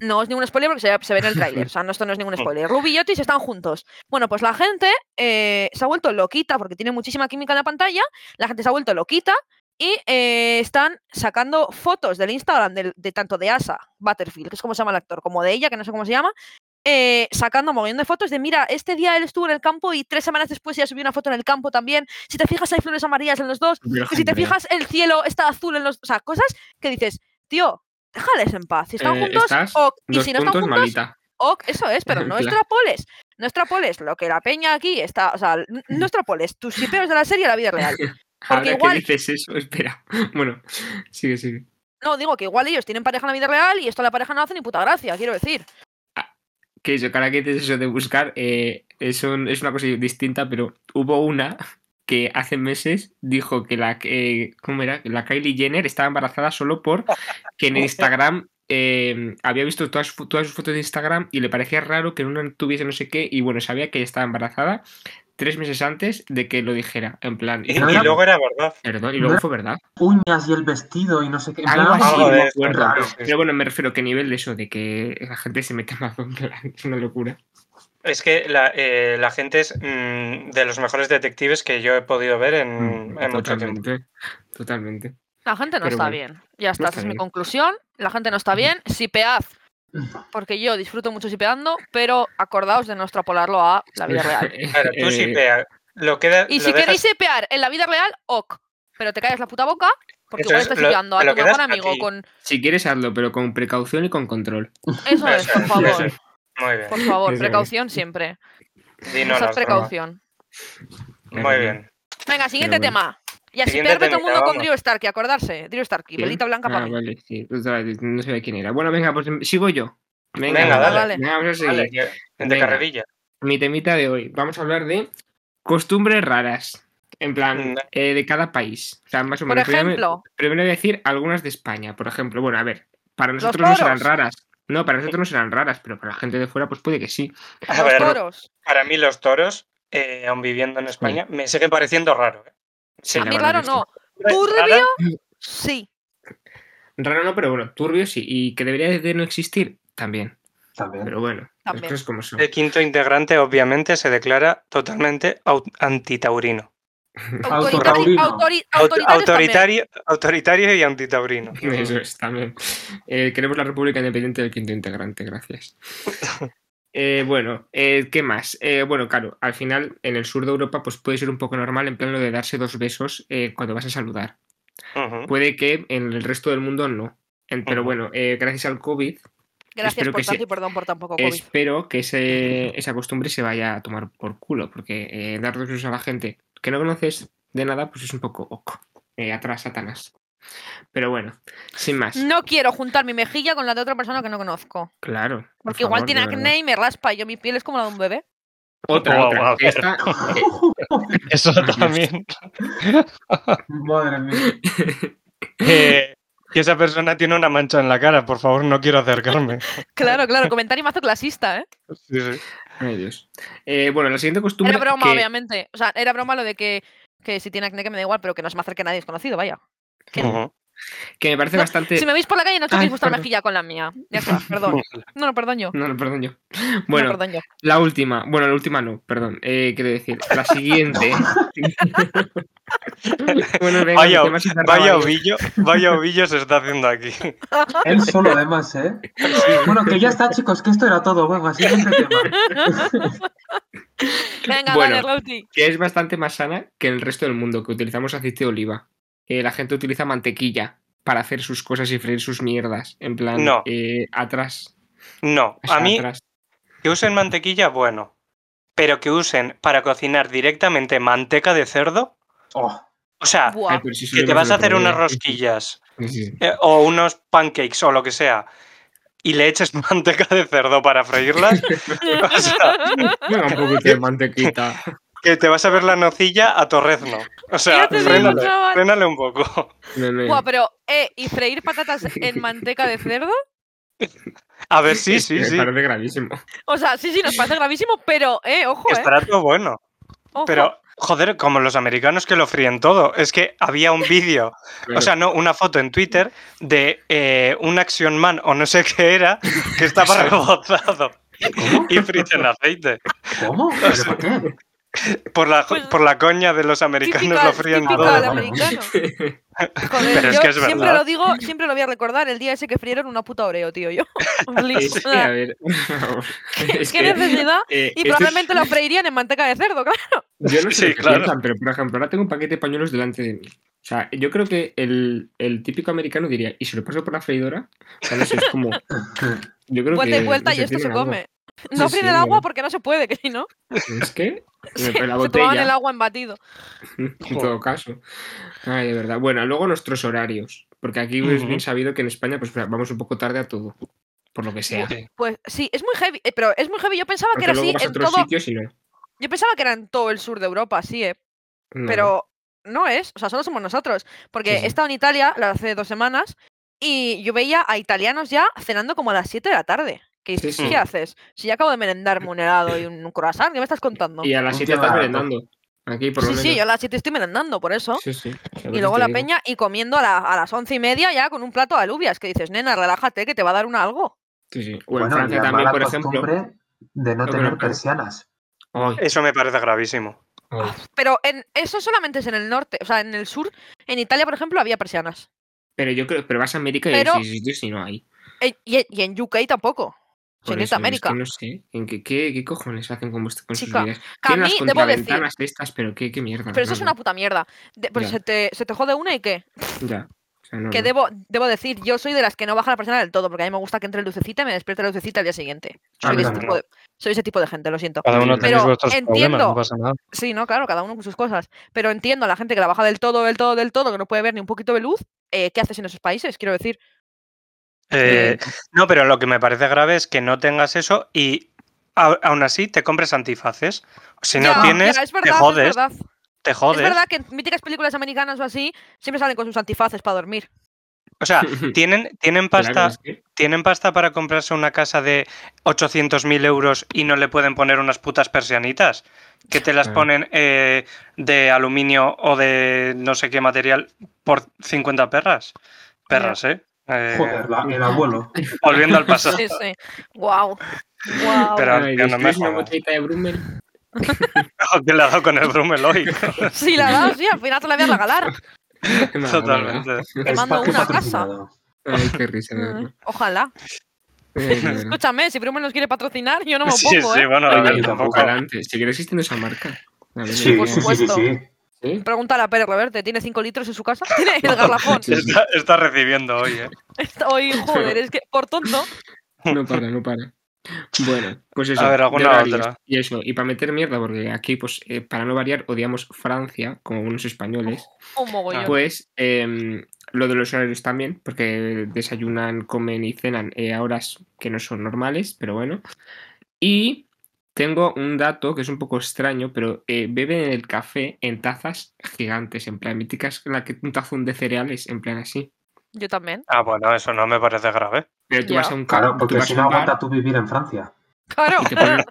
No es ningún spoiler porque se, ve- se ve en el tráiler. O sea, no, esto no es ningún spoiler. Ruby y Otis están juntos. Bueno, pues la gente eh, se ha vuelto loquita porque tiene muchísima química en la pantalla. La gente se ha vuelto loquita y eh, están sacando fotos del Instagram del- de, tanto de Asa Butterfield, que es como se llama el actor, como de ella, que no sé cómo se llama. eh, sacando mogollón de fotos de mira, este día él estuvo en el campo y tres semanas después ya subió una foto en el campo también. Si te fijas, hay flores amarillas en los dos.
Virgen
Y si te
María.
fijas, el cielo está azul en los. O sea, cosas que dices, tío, déjales en paz. Si están
Eh,
juntos,
estás
ok. Y
Dos
si no están
puntos,
juntos,
malita.
ok. Eso es, pero
En
no
plan.
extrapoles. No extrapoles lo que la peña aquí está. O sea, n- no extrapoles tus shipeos de la serie a la vida real.
Ahora
igual-
que dices eso, espera. Bueno, sigue, sigue.
No, digo que igual ellos tienen pareja en la vida real y esto a la pareja no hace ni puta gracia, quiero decir.
Que eso, que ahora que dices eso de buscar, eh, es, un- es una cosa distinta, pero hubo una que hace meses dijo que la que- ¿cómo era? Que la Kylie Jenner estaba embarazada solo por que en Instagram eh, había visto todas, fu- todas sus fotos de Instagram y le parecía raro que una tuviese no sé qué y bueno, sabía que estaba embarazada tres meses antes de que lo dijera, en plan.
Y,
fue
y
como,
luego era verdad.
Perdón, y luego
¿No?
fue verdad.
uñas y el vestido y no sé qué. En
Algo
plan,
así, no
algo de
me
esto,
acuerdo.
claro.
sí, sí, sí.
Pero bueno, me refiero que a nivel de eso, de que la gente se meta más, en plan, es una locura.
Es que la, eh, la gente es mm, de los mejores detectives que yo he podido ver en, Mm, en mucho tiempo.
Mm, totalmente, totalmente.
La gente no
Pero
está
bueno,
bien. Ya está,
está
esa es mi
bien.
conclusión. La gente no está
Ujú.
bien. Sipead. Porque yo disfruto mucho sipeando, pero acordaos de no extrapolarlo a la vida real.
Claro, tú
Eh,
sí pea. Lo queda,
Y
lo
si queréis
dejas-
sipear en la vida real, ok. Pero te callas la puta boca, porque
Eso
igual
es,
estás
lo-
sipeando a
te
tu
lo quedas
mejor
a
amigo
ti.
con.
si quieres hazlo, pero con precaución y con control.
Eso es,
Eso
por
es,
favor.
eso es. Muy bien.
Por favor,
Eso es.
precaución siempre.
Di no
Usad
las drogas.
precaución.
Muy bien.
Venga, siguiente
bueno.
tema. Y así
Siguiente
pierde todo el
temita,
mundo con
vamos.
Drew Stark, acordarse. Drew Stark, y
¿Quién?
velita blanca para
Ah,
mí.
vale, sí. Otra vez, No sabía quién era. Bueno, venga, pues sigo yo. Venga,
Venga,
va.
dale.
Venga, vamos a seguir.
Vale, yo- de
Venga.
carrerilla.
Mi temita de hoy. Vamos a hablar de costumbres raras. En plan,
Mm.
eh, de cada país. O sea, más o
Por
menos. Primero-
ejemplo,
Primero voy a decir algunas de España, por ejemplo. Bueno, a ver, para
Los
nosotros no serán
toros.
raras. No, para nosotros no serán raras, pero para la gente de fuera, pues puede que sí.
A
los
ver,
toros.
para mí los toros, eh, aun viviendo en España, me sigue pareciendo raro. ¿eh?
Sí,
A
la
mí, claro,
verdad es que-
no.
Rara,
Turbio, sí.
Raro no, pero bueno, turbio sí. Y que debería de no existir, también.
También.
Pero bueno, las
También.
cosas como son.
El quinto integrante, obviamente, se declara totalmente au- antitaurino.
Autoritari-
Autotaurino.
autori-
Aut-
autoritarios también.
Autoritario, autoritario y antitaurino.
Eso es, también. Eh, queremos la República Independiente del Quinto Integrante, gracias. Eh, bueno, eh, ¿qué más? Eh, bueno, claro, al final en el sur de Europa pues puede ser un poco normal en plan lo de darse dos besos eh, cuando vas a saludar.
Ujú.
Puede que en el resto del mundo no. En- pero
Ujú.
bueno, eh, gracias al COVID,
Gracias
Espero
por
que
tanto
sí.
y perdón por tampoco, COVID.
espero que ese- esa costumbre se vaya a tomar por culo, porque eh, dar dos besos a la gente que no conoces de nada pues es un poco oco. Eh, atrás, Satanás. Pero bueno, sin más.
No quiero juntar mi mejilla con la de otra persona que no conozco.
Claro. por
Porque igual
favor,
tiene
de verdad.
acné y me raspa. y Yo mi piel es como la de un bebé.
Otra,
Guau,
otra.
guau, pero-
Esta-
Eso
Gracias.
también.
Madre mía.
Eh, y esa persona tiene una mancha en la cara, por favor, no quiero acercarme.
Claro, claro. Comentario mazo clasista, ¿eh?
Sí, sí.
Ay, Dios. Eh, bueno, la siguiente costumbre.
Era broma,
que-
obviamente. O sea, era broma lo de que, que si tiene acné que me da igual, pero que no se me acerque nadie desconocido, vaya. Que-
Ujú.
Que me parece
No,
bastante.
Si me veis por la calle, no
Ay,
choquéis vuestra
perdón.
mejilla con la mía. Ya está, perdón. No, no, perdón yo.
No, no, perdón yo.
No,
Bueno,
perdón yo.
la última. Bueno, la última no, perdón. Eh, quiero decir, la siguiente. bueno, venga,
Vaya-
que más se tardaba
Vaya
yo.
ovillo, vaya ovillo se está haciendo aquí.
Él solo, además, ¿eh? Bueno, que ya está, chicos, que esto era todo. Venga, siguiente tema.
Venga,
Bueno.
dale, Rauti.
Que es bastante más sana que el resto del mundo, que utilizamos aceite de oliva. Eh, la gente utiliza mantequilla para hacer sus cosas y freír sus mierdas. En plan,
No.
eh, atrás.
No,
o sea,
a mí
atrás.
que usen mantequilla, bueno. Pero que usen para cocinar directamente manteca de cerdo.
Oh,
O sea,
Buah.
Ay, pero si eso
que
yo
te
no
vas
lo
a hacer
probé.
unas rosquillas
Sí, sí.
eh, o unos pancakes o lo que sea y le eches manteca de cerdo para freírlas. o sea,
Venga, un poquito de mantequita.
que te vas a ver la nocilla a torrezno. O
Ya
sea,
te
digo,
frénale,
chaval.
frénale un poco.
No, no.
Buah, pero, eh, ¿y freír patatas en manteca de cerdo?
A ver, sí,
Es que
sí,
me
sí.
Parece gravísimo.
O sea, sí, sí, nos parece gravísimo, pero, eh, ojo, eh.
Estará todo bueno.
ojo.
Pero, joder, como los americanos que lo fríen todo. Es que había un vídeo, o
Claro.
sea, no, una foto en Twitter de eh, un Action Man o no sé qué era que estaba rebozado y frito en aceite.
¿Cómo? ¿Pero para
Pues
qué?
Por la,
Pues-
por la coña de los americanos
Típica-
lo fríen
típica
nada,
del
todo.
vamos.
americano. Joder,
Pero es
yo
que es
siempre
verdad.
lo digo, siempre lo voy a recordar, el día ese que frieron una puta Oreo, tío, yo. Flipo.
Es que, a ver, por favor. Es
¿Qué
que,
necesidad?
eh,
Y
esto es-
probablemente lo freirían en manteca de cerdo, claro.
Yo no sé
Sí,
lo que
claro.
piensan, pero por ejemplo, ahora tengo un paquete de pañuelos delante de mí. O sea, yo creo que el, el típico americano diría, ¿y si lo paso por la freidora? O sea, no sé, es como. Yo creo
Vuelta
que,
y vuelta
no sé,
y esto se
tienen algo.
come. No
Sí,
fríen
sí,
el agua
bueno.
porque no se puede, que si no,
Es que.
se,
la
se tomaban
botella.
el agua en batido.
En todo caso. Ay, de verdad. Bueno, luego nuestros horarios. Porque aquí es
Ujú.
bien sabido que en España pues vamos un poco tarde a todo. Por lo que sea.
Sí.
Pues sí, es muy heavy, eh, pero es muy heavy. Yo pensaba que
Porque
era
luego
así
vas a
en
otros
todo.
sitios y no.
Yo pensaba que era en todo el sur de Europa, sí, eh.
No,
pero no es, o sea, solo somos nosotros. Porque
Sí, sí.
he estado en Italia la- hace dos semanas y yo veía a italianos ya cenando como a las 7 de la tarde. ¿Qué,
Sí,
dices,
sí. Mm.
¿Qué haces? Si ya acabo de merendarme un helado y un croissant, ¿qué me estás contando?
Y a las
Un
7 estás
barato.
merendando. Aquí, por lo
Sí,
menos.
sí, yo a las 7 estoy merendando, por eso.
Sí, sí. es lo que
Y luego
te
la
digo.
peña y comiendo a, la- a las once y media ya con un plato de alubias, que dices, nena, relájate, que te va a dar una algo.
Sí, sí. O en
Bueno,
Francia
la
también,
mala
por ejemplo.
costumbre de no
Pero
tener
bueno,
persianas.
Ay,
Eso me parece gravísimo.
ay.
Ah, Pero en, eso solamente es en el norte, o sea, en el sur, en Italia, por ejemplo, había persianas.
Pero yo creo, pero vas a América y
Pero-
hay sitios y no hay.
E- Y, y en UK tampoco.
Por
en
eso, es que
América.
no sé. ¿En qué, qué, qué cojones hacen con, vuest- con sus
Chica,
vidas?
Que a
Tienen las
mí, debo decir,
contraventanas estas, pero qué, qué mierda.
pero eso
no,
es
no.
una puta mierda. De- pero
Ya.
se te, se te jode una y qué.
Ya. O sea, no,
Que
no.
debo, debo decir, yo soy de las que no baja la persiana del todo, porque a mí me gusta que entre lucecita y me despierte la lucecita al día siguiente.
Ah,
Soy, de ese,
claro.
tipo de, soy ese tipo de gente, lo siento.
Cada uno
Pero
tenéis vuestros problemas,
entiendo.
no pasa nada.
Sí, no, claro, cada uno con sus cosas. Pero entiendo a la gente que la baja del todo, del todo, del todo, que no puede ver ni un poquito de luz. eh, ¿Qué haces en esos países? Quiero decir,
Eh, no, pero lo que me parece grave es que no tengas eso y a- aún así te compres antifaces. Si no
Ya,
tienes,
ya, es
te
verdad,
jodes,
es verdad.
te
Es
jodes.
verdad que en míticas películas americanas o así siempre salen con sus antifaces para dormir.
O sea, tienen, tienen
Claro,
pasta,
es que-
tienen pasta para comprarse una casa de 800.000 euros y no le pueden poner unas putas persianitas que te las
Ah.
ponen eh, de aluminio o de no sé qué material por 50 perras. Perras, ¿eh? Eh,
Joder, la-
ah,
el abuelo.
volviendo al pasado.
Sí, sí. Wow. Wow.
Pero-
Ay,
que no
Dios,
me
¿quieres una
jodas.
botellita de Brummel?
que le ha dado con el Brummel hoy.
Sí, la das, sí, al final te la voy a regalar.
Me da
Totalmente.
Te mando
Espacio
una a casa.
patrocinado.
Ay, qué risa. de verdad.
Ojalá.
Eh,
Escúchame, si Brummel nos quiere patrocinar, yo no me
sí,
opongo,
sí,
¿eh?
bueno,
Oye,
a ver,
y
Ah, tampoco.
Adelante, seguirá existiendo esa marca. A ver,
Sí,
eh,
por
sí, sí, sí,
supuesto.
sí.
¿sí?
Pregúntale a Pérez Reverte, ¿tiene 5 litros en su casa? Tiene el garrafón.
Sí, sí.
Está, está recibiendo hoy, ¿eh?
Está- Oye, joder, es que por tonto.
No para, no para. Bueno, pues eso.
A ver, alguna
de varios.
otra.
Y eso, y para meter mierda, porque aquí, pues, eh, para no variar, odiamos Francia, como unos españoles.
Un mogollón.
Pues em, lo de los horarios también, porque desayunan, comen y cenan eh, a horas que no son normales, pero bueno. Y tengo un dato que es un poco extraño, pero eh, beben el café en tazas gigantes, en plan míticas, la que un tazón de cereales, en plan así.
Yo también.
Ah, bueno, eso no me parece grave.
Pero tú
Ya.
vas a un ca-
Claro,
tú
porque
vas
si
a
no
un bar
aguanta tú vivir en Francia.
Claro,
y te ponen,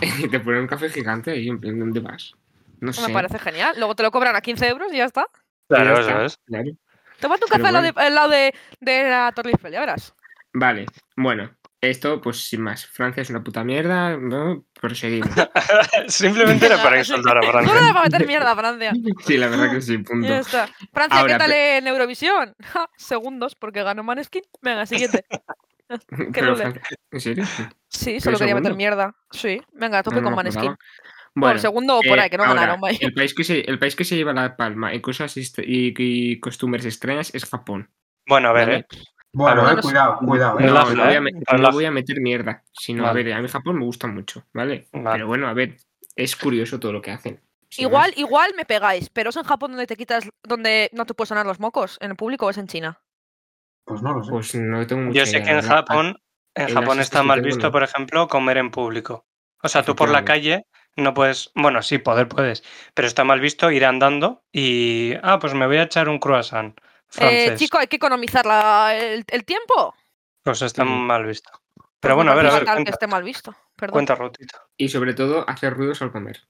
y te ponen un café gigante ahí, en plan, ¿dónde vas? No sé.
me parece genial. Luego te lo cobran a 15 euros y ya está.
pero
Claro,
ya
eso
está,
es.
claro.
Toma tu
Pero
café al lado, de, al lado de- de la Torre Eiffel, ya verás.
Vale, bueno, esto pues sin más. Francia es una puta mierda, ¿no? Proseguimos.
Simplemente era para insultar a
No
Francia.
me va a meter mierda, Francia.
Sí, la verdad que sí, punto.
Ya está. Francia,
Ahora,
¿qué tal en Eurovisión? Ja, segundos, porque ganó Maneskin. Venga, siguiente.
Pero
doble.
Francia- ¿En serio?
Sí, solo quería meter
segundo?
mierda. Sí, venga, a tope
No, no
con
me
Maneskin.
acordaba.
Bueno,
Bueno,
segundo o por
eh,
ahí, que no
ahora,
ganaron. vaya.
El país, que se, el país que se lleva la palma en cosas est- y, y costumbres extrañas es Japón.
Bueno, a ver,
¿vale?
¿eh?
Bueno,
no,
eh,
no sé.
cuidado, cuidado. eh.
No,
Relaja,
no voy a,
¿eh?
met- no
Relaja.
voy a meter mierda. Sino,
Vale.
a ver, a mí Japón me gusta mucho, ¿vale?
Vale.
Pero bueno, a ver, es curioso todo lo que hacen. sin
Igual, igual me pegáis, pero es en Japón donde te quitas, donde no te puedes sonar los mocos, en el público o es en China. Eh,
Pues no lo
más.
sé.
Pues no Ah, tengo mucha
Yo sé
idea,
que en
la verdad.
Japón, en
en
Japón
las
está
fiestas
mal
que tengo,
visto,
no.
por ejemplo, comer en público. O sea, tú por la calle no puedes, bueno, sí, poder puedes, pero está mal visto ir andando y, ah, pues me voy a echar un croissant
Eh,
francés.
chico, hay que economizar la- el, el tiempo.
Pues está
Mm.
mal visto.
Pues
Pero
me
bueno, a ver, a
parece
ver,
fatal
cuenta,
que esté mal visto. Perdón.
cuenta Rutito.
Y sobre todo, hacer ruidos al comer,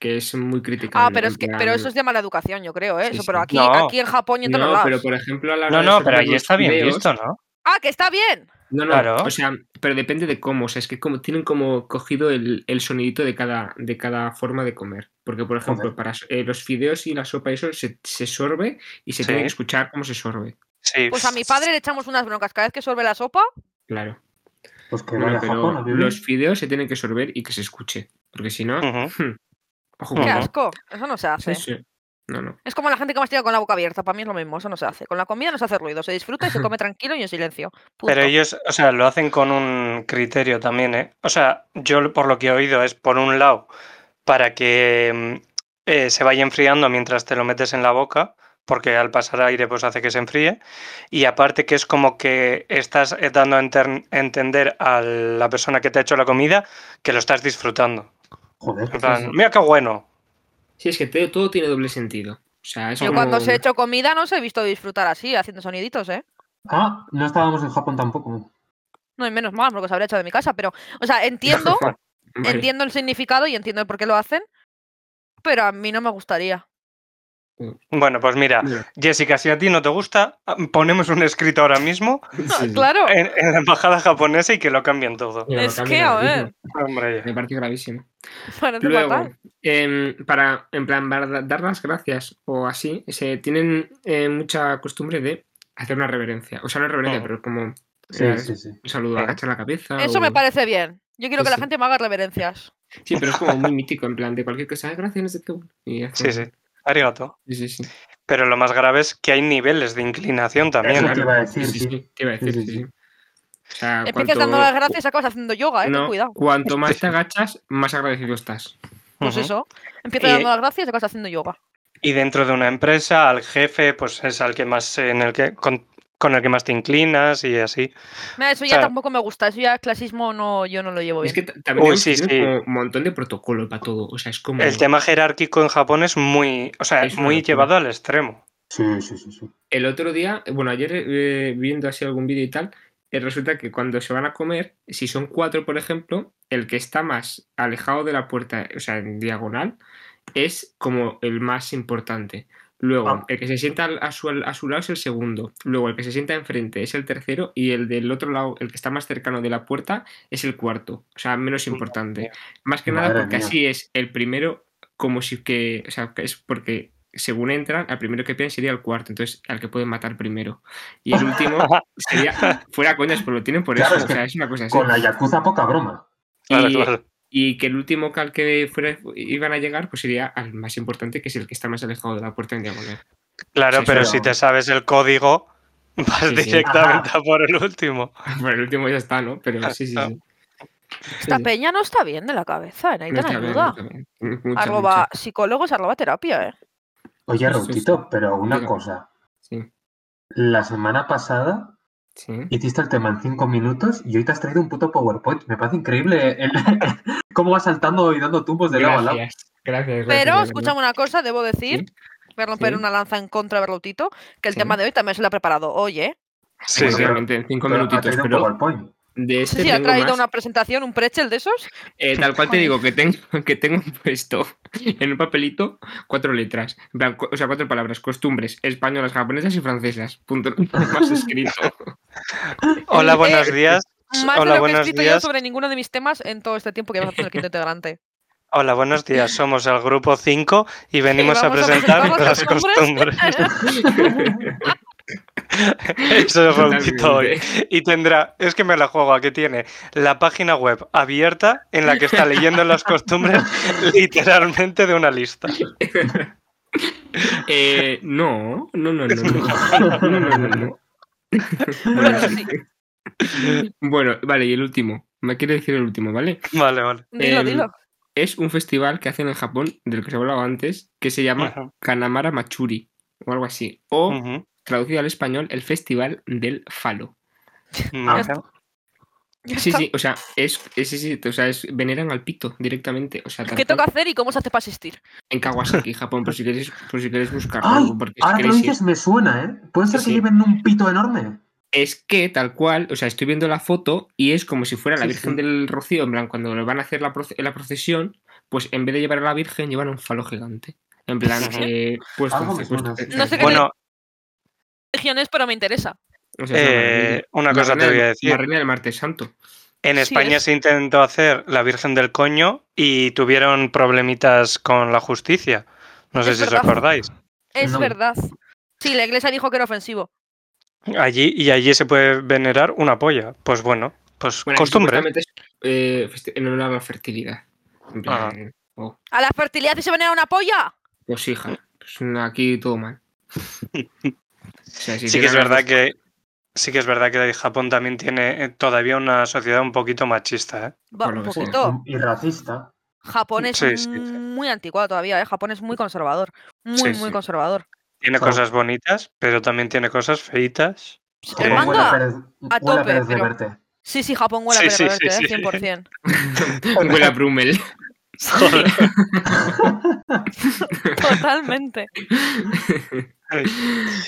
que es muy criticable.
Ah, pero
en
es que,
plan-
pero eso es de mala educación, yo creo, ¿eh?
Sí,
Eso,
sí.
pero aquí,
No.
aquí en Japón y en todos
No,
lados.
pero por ejemplo, a la hora
No,
de
no,
hacer
pero allí
los
está bien
fideos-
visto, ¿no?
Ah, que está bien.
No, no,
Claro.
o sea, pero depende de cómo, o sea, es que como, tienen como cogido el, el sonidito de cada, de cada forma de comer. Porque, por ejemplo,
Joder.
para so- eh, los fideos y la sopa y eso se, se sorbe y se
Sí.
tiene que escuchar cómo se sorbe,
Sí.
Pues a mi padre le echamos unas broncas cada vez que sorbe la sopa.
claro.
Pues que
Bueno,
vaya a
pero
Japón a vivir.
los fideos se tienen que sorber y que se escuche, porque si no,
Ujú.
ojo
Qué
con eso.
Ujú.
asco. Eso no se hace.
Sí, sí. No, no.
Es como la gente que mastiga con la boca abierta. Para mí es lo mismo. Eso no se hace. Con la comida no se hace ruido. Se disfruta y se come tranquilo y en silencio. Punto.
Pero ellos, o sea, lo hacen con un criterio también, ¿eh? O sea, yo por lo que he oído es, por un lado, para que mm, eh, se vaya enfriando mientras te lo metes en la boca, porque al pasar aire pues hace que se enfríe, y aparte que es como que estás eh, dando a enter- entender a la persona que te ha hecho la comida que lo estás disfrutando.
Joder.
En
sí.
plan, mira qué bueno.
Sí, es que te- todo tiene doble sentido. O sea, es
Yo
como-
cuando os he hecho comida no os he visto disfrutar así, haciendo soniditos, ¿eh?
Ah, no estábamos en Japón tampoco.
No, y menos mal, porque os habría hecho de mi casa, pero... O sea, entiendo,
Vale.
entiendo el significado y entiendo el por qué lo hacen, pero a mí no me gustaría.
Bueno, pues mira,
Mira,
Jessica, si a ti no te gusta, ah, ponemos un escrito ahora mismo
sí, Eh, sí.
Claro.
en, en la embajada japonesa y que lo cambien todo.
Mira, me
Es
cambia
que, a
gravísimo.
ver.
Hombre, ya.
Me parece gravísimo.
Parece fatal.
Luego, em, para, en plan, para da- dar las gracias o así, se tienen eh, mucha costumbre de hacer una reverencia. O sea, no reverencia,
Oh.
Mm.
pero como
Sí,
eh,
sí, sí.
un saludo,
Sí.
agachar la cabeza.
Eso
o-
me parece bien. Yo quiero
Sí,
que la
sí.
gente me haga reverencias.
Sí, pero es como muy mítico, en plan, de cualquier cosa, "Ah, gracias, no sé qué. Y hacen-
Sí, sí. Arigato.
Sí, sí, sí.
Pero lo más grave es que hay niveles de inclinación también.
Eso
¿eh?
te iba a decir,
Sí, sí,
sí.
sí, Te iba a
Sí,
decir,
sí,
sí, sí.
sí.
O sea,
Empiezas
cuanto-
dando las gracias, acabas haciendo yoga, ¿eh? Ten
Ah, no,
cuidado.
cuanto más te agachas, más agradecido estás.
Pues
Ujú.
eso. Empiezas
Eh,
dando las gracias y acabas haciendo yoga.
Y dentro de una empresa, al jefe, pues es al que más eh, en el que con, con el que más te inclinas y así.
Mira, eso ya
claro.
tampoco me gusta. Eso ya clasismo no, yo no lo llevo bien.
Es que t- también
Uy, sí,
tienen
sí.
como un montón de protocolo para todo. O sea, es como.
El tema jerárquico en Japón es muy, o sea,
Es una
muy
locura.
llevado al extremo.
Sí, sí, sí, sí.
El otro día, bueno, ayer eh, viendo así algún vídeo y tal, eh, resulta que cuando se van a comer, si son cuatro, por ejemplo, el que está más alejado de la puerta, o sea, en diagonal, es como el más importante. Luego,
Ah.
el que se sienta al- a su, a su lado es el segundo. Luego, el que se sienta enfrente es el tercero. Y el del otro lado, el que está más cercano de la puerta, es el cuarto. O sea, menos importante. Más que nada
Madre
porque
mía.
así es el primero, como si que. O sea, que es porque según entran, al primero que pillan sería el cuarto, entonces al que pueden matar primero. Y el último sería fuera coñas, pero lo tienen por
Claro,
eso.
es
o
que
sea, es una cosa así.
Con la Yakuza, poca broma.
Claro,
Y-
claro.
Y que el último al que fuera, iban a llegar, pues sería al más importante, que es el que está más alejado de la puerta en diagonal.
Claro,
Sí,
pero
pero-
si te sabes el código, vas
Sí, sí.
directamente a por el último.
Bueno, el último ya está, ¿no? Pero sí, sí, sí.
Esta
Sí, sí.
peña no está bien de la cabeza, eh, necesitan
No está bien,
ayuda.
no está bien. Mucha,
Arroba psicólogos, arroba terapia, ¿eh?
Oye,
Sí, sí,
Rautito, pero una
Diga.
cosa.
mucha.
La semana pasada
Sí, sí.
hiciste el tema en cinco minutos y hoy te has traído un puto PowerPoint. Me parece increíble el- cómo vas saltando y dando tumbos de lado a lado.
Gracias, gracias.
Pero
gracias,
escúchame una cosa, debo decir, voy a romper
sí.
una lanza en contra de Berlutito, que el
Sí.
tema de hoy también se lo ha preparado hoy, ¿eh?
Sí,
Bueno,
sí.
realmente, en cinco
Pero ha
minutitos,
traído un
pero
PowerPoint.
de
Sí,
este
sí, ha
tengo
traído
más.
una presentación, un pretzel de esos.
Eh, tal cual te
Joder.
digo que tengo, que tengo puesto en un papelito cuatro letras, En plan, cu- o sea, cuatro palabras, costumbres españolas, japonesas y francesas. Punto más escrito.
Hola, buenos días.
Eh, Más
Hola,
de lo que he
buenos
escrito yo
días.
sobre ninguno de mis temas en todo este tiempo que vamos a tener quinto integrante.
Hola, buenos días. Somos el grupo 5 y venimos a
vamos a
presentar
presentar
nuestras
los
costumbres. Eso es Raulito hoy. Y tendrá, es que me la juego, ¿a que tiene? La página web abierta en la que está leyendo las costumbres literalmente de una lista.
Eh, no, no, no, no, no. No, no, no, no.
Bueno, sí,
Bueno, vale, y el último. Me quiere decir el último, ¿vale?
Vale, vale.
dilo,
Em,
dilo.
Es un festival que hacen en Japón, del que se hablaba antes, que se llama
Ajá. Mm.
Kanamara Machuri, o algo así. O,
Ujú.
traducido al español, el Festival del Falo.
Ah,
Vale.
Ya
Sí,
está.
sí, o sea, es, es- sí, sí, o sea, es, veneran al pito directamente. O sea, tal
¿Qué
cual.
toca hacer y cómo se hace para asistir?
en Kawasaki, Japón, por si queréis, por si queréis buscarlo.
Ay,
porque
ahora que lo
queréis ir.
dices me suena, ¿eh? ¿Puede ser
Sí,
que
sí.
lleven un pito enorme?
Es que tal cual, o sea, estoy viendo la foto y es como si fuera la
Sí,
Virgen
sí.
del Rocío, en plan, cuando lo van a hacer la, proce- la procesión, pues en vez de llevar a la Virgen, llevan un falo gigante. En plan,
Ujú.
eh, pues,
Algo
pues,
me
pues,
suena, sí.
eh,
No sé qué
Bueno,
Regiones, pero me interesa.
o sea, es una maravilla.
eh, una cosa
Barrena
te voy a
del-
decir.
Barrena del martes santo.
En
Sí,
España
es-
se intentó hacer la Virgen del Coño y tuvieron problemitas con la justicia. No sé
Es
si os
verdad.
acordáis.
Es
No.
verdad. Sí, la iglesia dijo que era ofensivo.
Allí y allí se puede venerar una polla. Pues bueno, pues
Bueno, aquí
costumbre.
supuestamente es, eh, festi- en honor a la fertilidad. En
Ah.
plan, oh,
¿A la fertilidad y se venera una polla?
pues hija, pues, no, aquí todo mal. O sea, si
Sí que es
quieren
verdad
hablar de-
que sí que es verdad que Japón también tiene eh, todavía una sociedad un poquito machista, ¿eh?
Va,
Bueno,
un
sí.
poquito.
Y racista.
Japón es
Sí, sí, sí.
muy anticuado todavía, ¿eh? Japón es muy conservador. Muy,
Sí,
muy
sí.
conservador.
Tiene
Claro.
cosas bonitas, pero también tiene cosas feitas.
El
Como
Eh,
huele a
manga.
Pérez,
a
huele a
tope,
Pérez de
pero-
verte.
Sí, sí, Japón huele a
Sí,
Pérez
sí, sí,
Reverte, ¿eh?
sí.
100%.
pues, Huele a Brummel.
Joder.
Totalmente.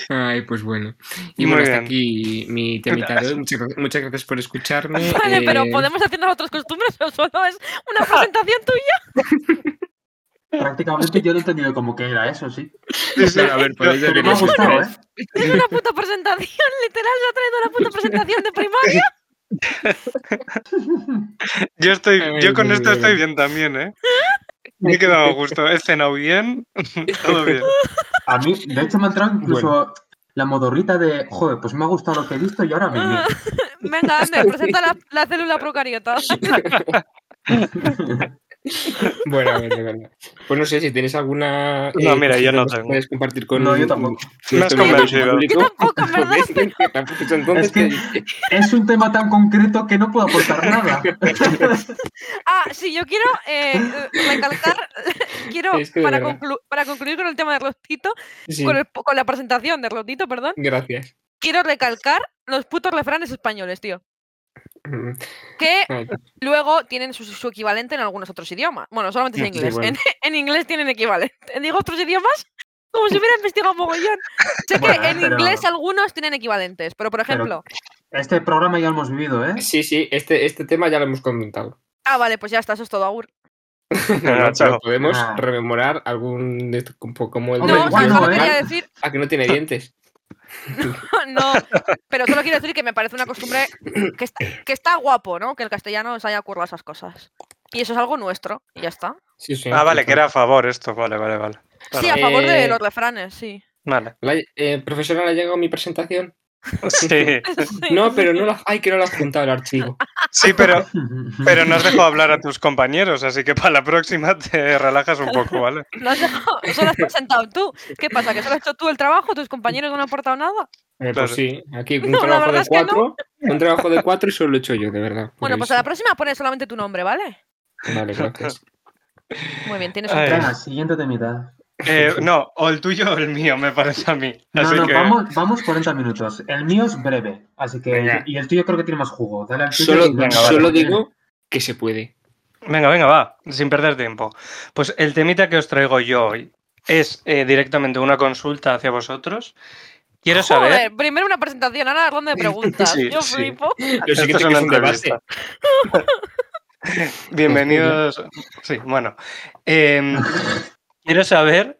Ay, pues bueno. Y
Muy
bueno, hasta
bien.
aquí mi temita de hoy. Muchas, gra- muchas gracias por escucharme.
Vale, pero
Eh,
¿podemos hacer otras costumbres o solo es una presentación tuya?
Prácticamente yo no he entendido cómo que era eso, sí.
bueno, a ver, pues, podéis
Pero
ver
me ha
eso.
gustado, ¿eh?
Es una puta presentación, literal, se ha traído la puta presentación de primaria.
¿eh?
Yo estoy,
Ay,
yo con
muy
esto
bien.
estoy bien también, ¿eh? Me he quedado a gusto. He cenado bien, todo bien.
A mí, de hecho, me ha entrado incluso la modorrita de, joder, pues me ha gustado lo que he visto y ahora mismo.
Venga, Ander, presenta la, la célula procariota.
Bueno, a ver, de verdad. Pues no sé si tienes alguna. eh,
No, mira,
cosita
yo no
que
tengo.
Puedes compartir con.
No, yo tampoco.
con
Me has
nuestro
convencido.
Yo
público.
tampoco, en verdad.
¿Ves? Que tampoco. pues, Entonces,
Es que-
que-
Es un tema tan concreto que no puedo aportar nada.
Ah, sí, yo quiero eh, eh, recalcar, quiero,
Es que de
para,
verdad.
conclu- para concluir con el tema de Rotito,
sí,
con, el- con la presentación de Rotito, perdón,
Gracias.
quiero recalcar los putos refranes españoles, tío.
Mm,
Que
ay,
luego tienen su, su equivalente en algunos otros idiomas. Bueno, solamente es en
Sí,
inglés. ¿eh? En,
bueno.
en inglés tienen equivalente. Digo otros idiomas como si hubiera investigado mogollón. Sé
Bueno,
que en
pero-
inglés algunos tienen equivalentes, pero por
Pero-
ejemplo,
Este programa ya lo hemos vivido, ¿eh?
Sí, sí, este, este tema ya lo hemos comentado.
ah, vale, pues ya está, eso es todo, Agur.
No, no,
chao.
pero podemos
Ah.
rememorar algún. de estos, como- Como el
No,
Hombre,
o sea,
igual no,
solo
¿eh?
quería decir,
Ah, que no tiene dientes.
no, pero solo quiero decir que me parece una costumbre que está, que está guapo, ¿no? Que el castellano se haya currado esas cosas. Y eso es algo nuestro, y ya está.
Sí, sí,
Ah, vale,
sí,
que era a favor esto. Vale, vale, vale.
Sí, a
Eh,
favor de los refranes, sí.
Vale.
La- eh, profesora, ¿le ha llegado mi presentación?
Sí,
No, pero no la... Ay, que no la has juntado el archivo.
sí pero, pero no has dejado hablar a tus compañeros, así que para la próxima te relajas un poco, ¿vale?
Lo has dejado, eso lo has presentado tú. ¿Qué pasa? ¿Que solo has hecho tú el trabajo? ¿Tus compañeros no han aportado nada?
Eh,
Claro.
Pues sí, aquí un
No, la
trabajo
verdad
de
es que no.
cuatro. Un trabajo de cuatro y solo lo he hecho yo, de verdad. por
Bueno, pues a la
eso.
próxima pones solamente tu nombre, ¿vale?
Vale, gracias.
Muy bien, tienes un
Ay.
premio.
Venga, siguiente temita.
Eh, no, o el tuyo o el mío, me parece a mí.
No,
Así
no,
que...
vamos, vamos 40 minutos. El mío es breve, así que.
Venga.
Y el tuyo creo que tiene más jugo. Dale al tuyo.
Solo,
y- venga, vale.
solo digo que se puede.
Venga, venga, va, sin perder tiempo. Pues el temita que os traigo yo hoy es eh, directamente una consulta hacia vosotros. Quiero saber.
Joder, primero una presentación, ahora ronda de preguntas.
Sí,
Yo
sí.
flipo.
Lo
Esto
siguiente
es
que
una
es un debate.
entrevista. Bienvenidos. Sí, bueno. Em, quiero saber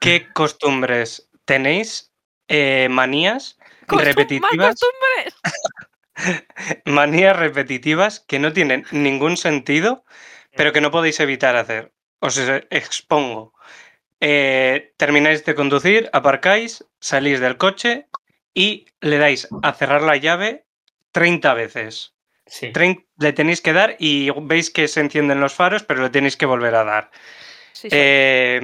qué costumbres tenéis, eh, manías,
Costum-
repetitivas,
Más costumbres.
manías repetitivas que no tienen ningún sentido, pero que no podéis evitar hacer. Os e- expongo. Eh, termináis de conducir, aparcáis, salís del coche y le dais a cerrar la llave 30 veces.
Sí.
Tren- le tenéis que dar y veis que se encienden los faros, pero le tenéis que volver a dar.
Sí, sí.
Eh,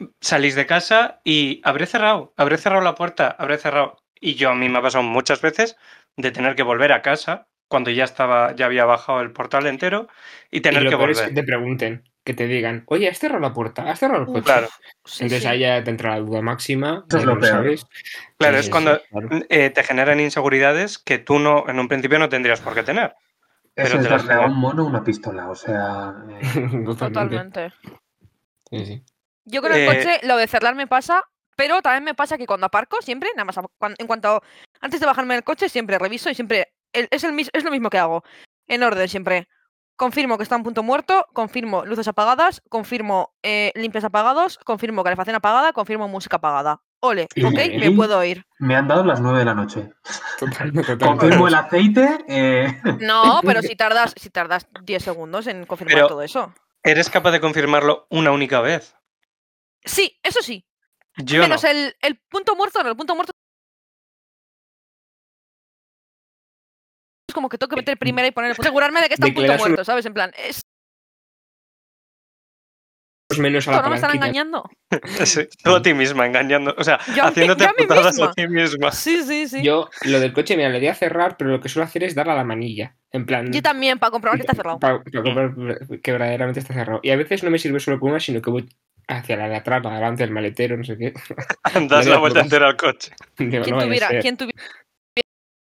mm, salís de casa y habré cerrado, habré cerrado la puerta, habré cerrado. Y yo a mí me ha pasado muchas veces de tener que volver a casa cuando ya estaba, ya había bajado el portal entero y
Y
tener
lo
que
peor
volver.
es que te pregunten, que te digan, oye, ¿has cerrado la puerta? ¿Has cerrado el
Uf,
coche?
claro.
sí,
Entonces
sí.
ahí ya te entra la duda máxima.
Eso es
ya
lo
no
peor.
sabes.
Claro,
Sí,
es
sí,
cuando
claro.
eh, te generan inseguridades que tú no, en un principio no tendrías por qué tener.
Eso
pero
es
te las
darle a
juego.
un mono una pistola, o sea. eh,
Totalmente.
Totalmente.
Sí, sí.
Yo con el
Eh,
coche lo de cerrar me pasa, pero también me pasa que cuando aparco siempre, nada más, cuan- en cuanto antes de bajarme del coche siempre reviso y siempre el- es, el, mis- es lo mismo que hago, en orden siempre. Confirmo que está en punto muerto, confirmo luces apagadas, confirmo eh, limpias apagados, confirmo calefacción apagada, confirmo música apagada. Ole,
Y
ok, me
bien.
puedo ir.
me han dado las 9 de la noche.
Totalmente,
Confirmo
totalmente.
el aceite. eh,
No, pero si tardas, si tardas 10 segundos en confirmar
Pero-
todo eso.
¿Eres capaz de confirmarlo una única vez?
Sí, eso sí.
Yo no.
menos el, el punto muerto, no, el punto muerto. Es como que tengo que meter primera y poner el punto. Asegurarme de que está un punto
Declaras un-
muerto, ¿sabes? En plan, esto
Menos a la
no me están
palanquilla.
engañando.
Sí, tú a ti misma, engañando, o sea,
Yo a mí-
haciéndote
yo a mí
putadas
misma.
a ti misma.
Sí, sí, sí. Yo,
Yo lo del coche, mira, le di a cerrar, pero lo que suelo hacer es darle a la manilla. En plan.
también, para comprobar que está cerrado.
pa- pa comprobar que verdaderamente está cerrado. Y a veces no me sirve solo con una, sino que voy hacia la de atrás, para adelante, el maletero, no sé qué.
Das la
Menuda putada.
vuelta entera al coche.
Digo,
¿Quién
no vaya a
tuviera,
ser.
quién tuvi-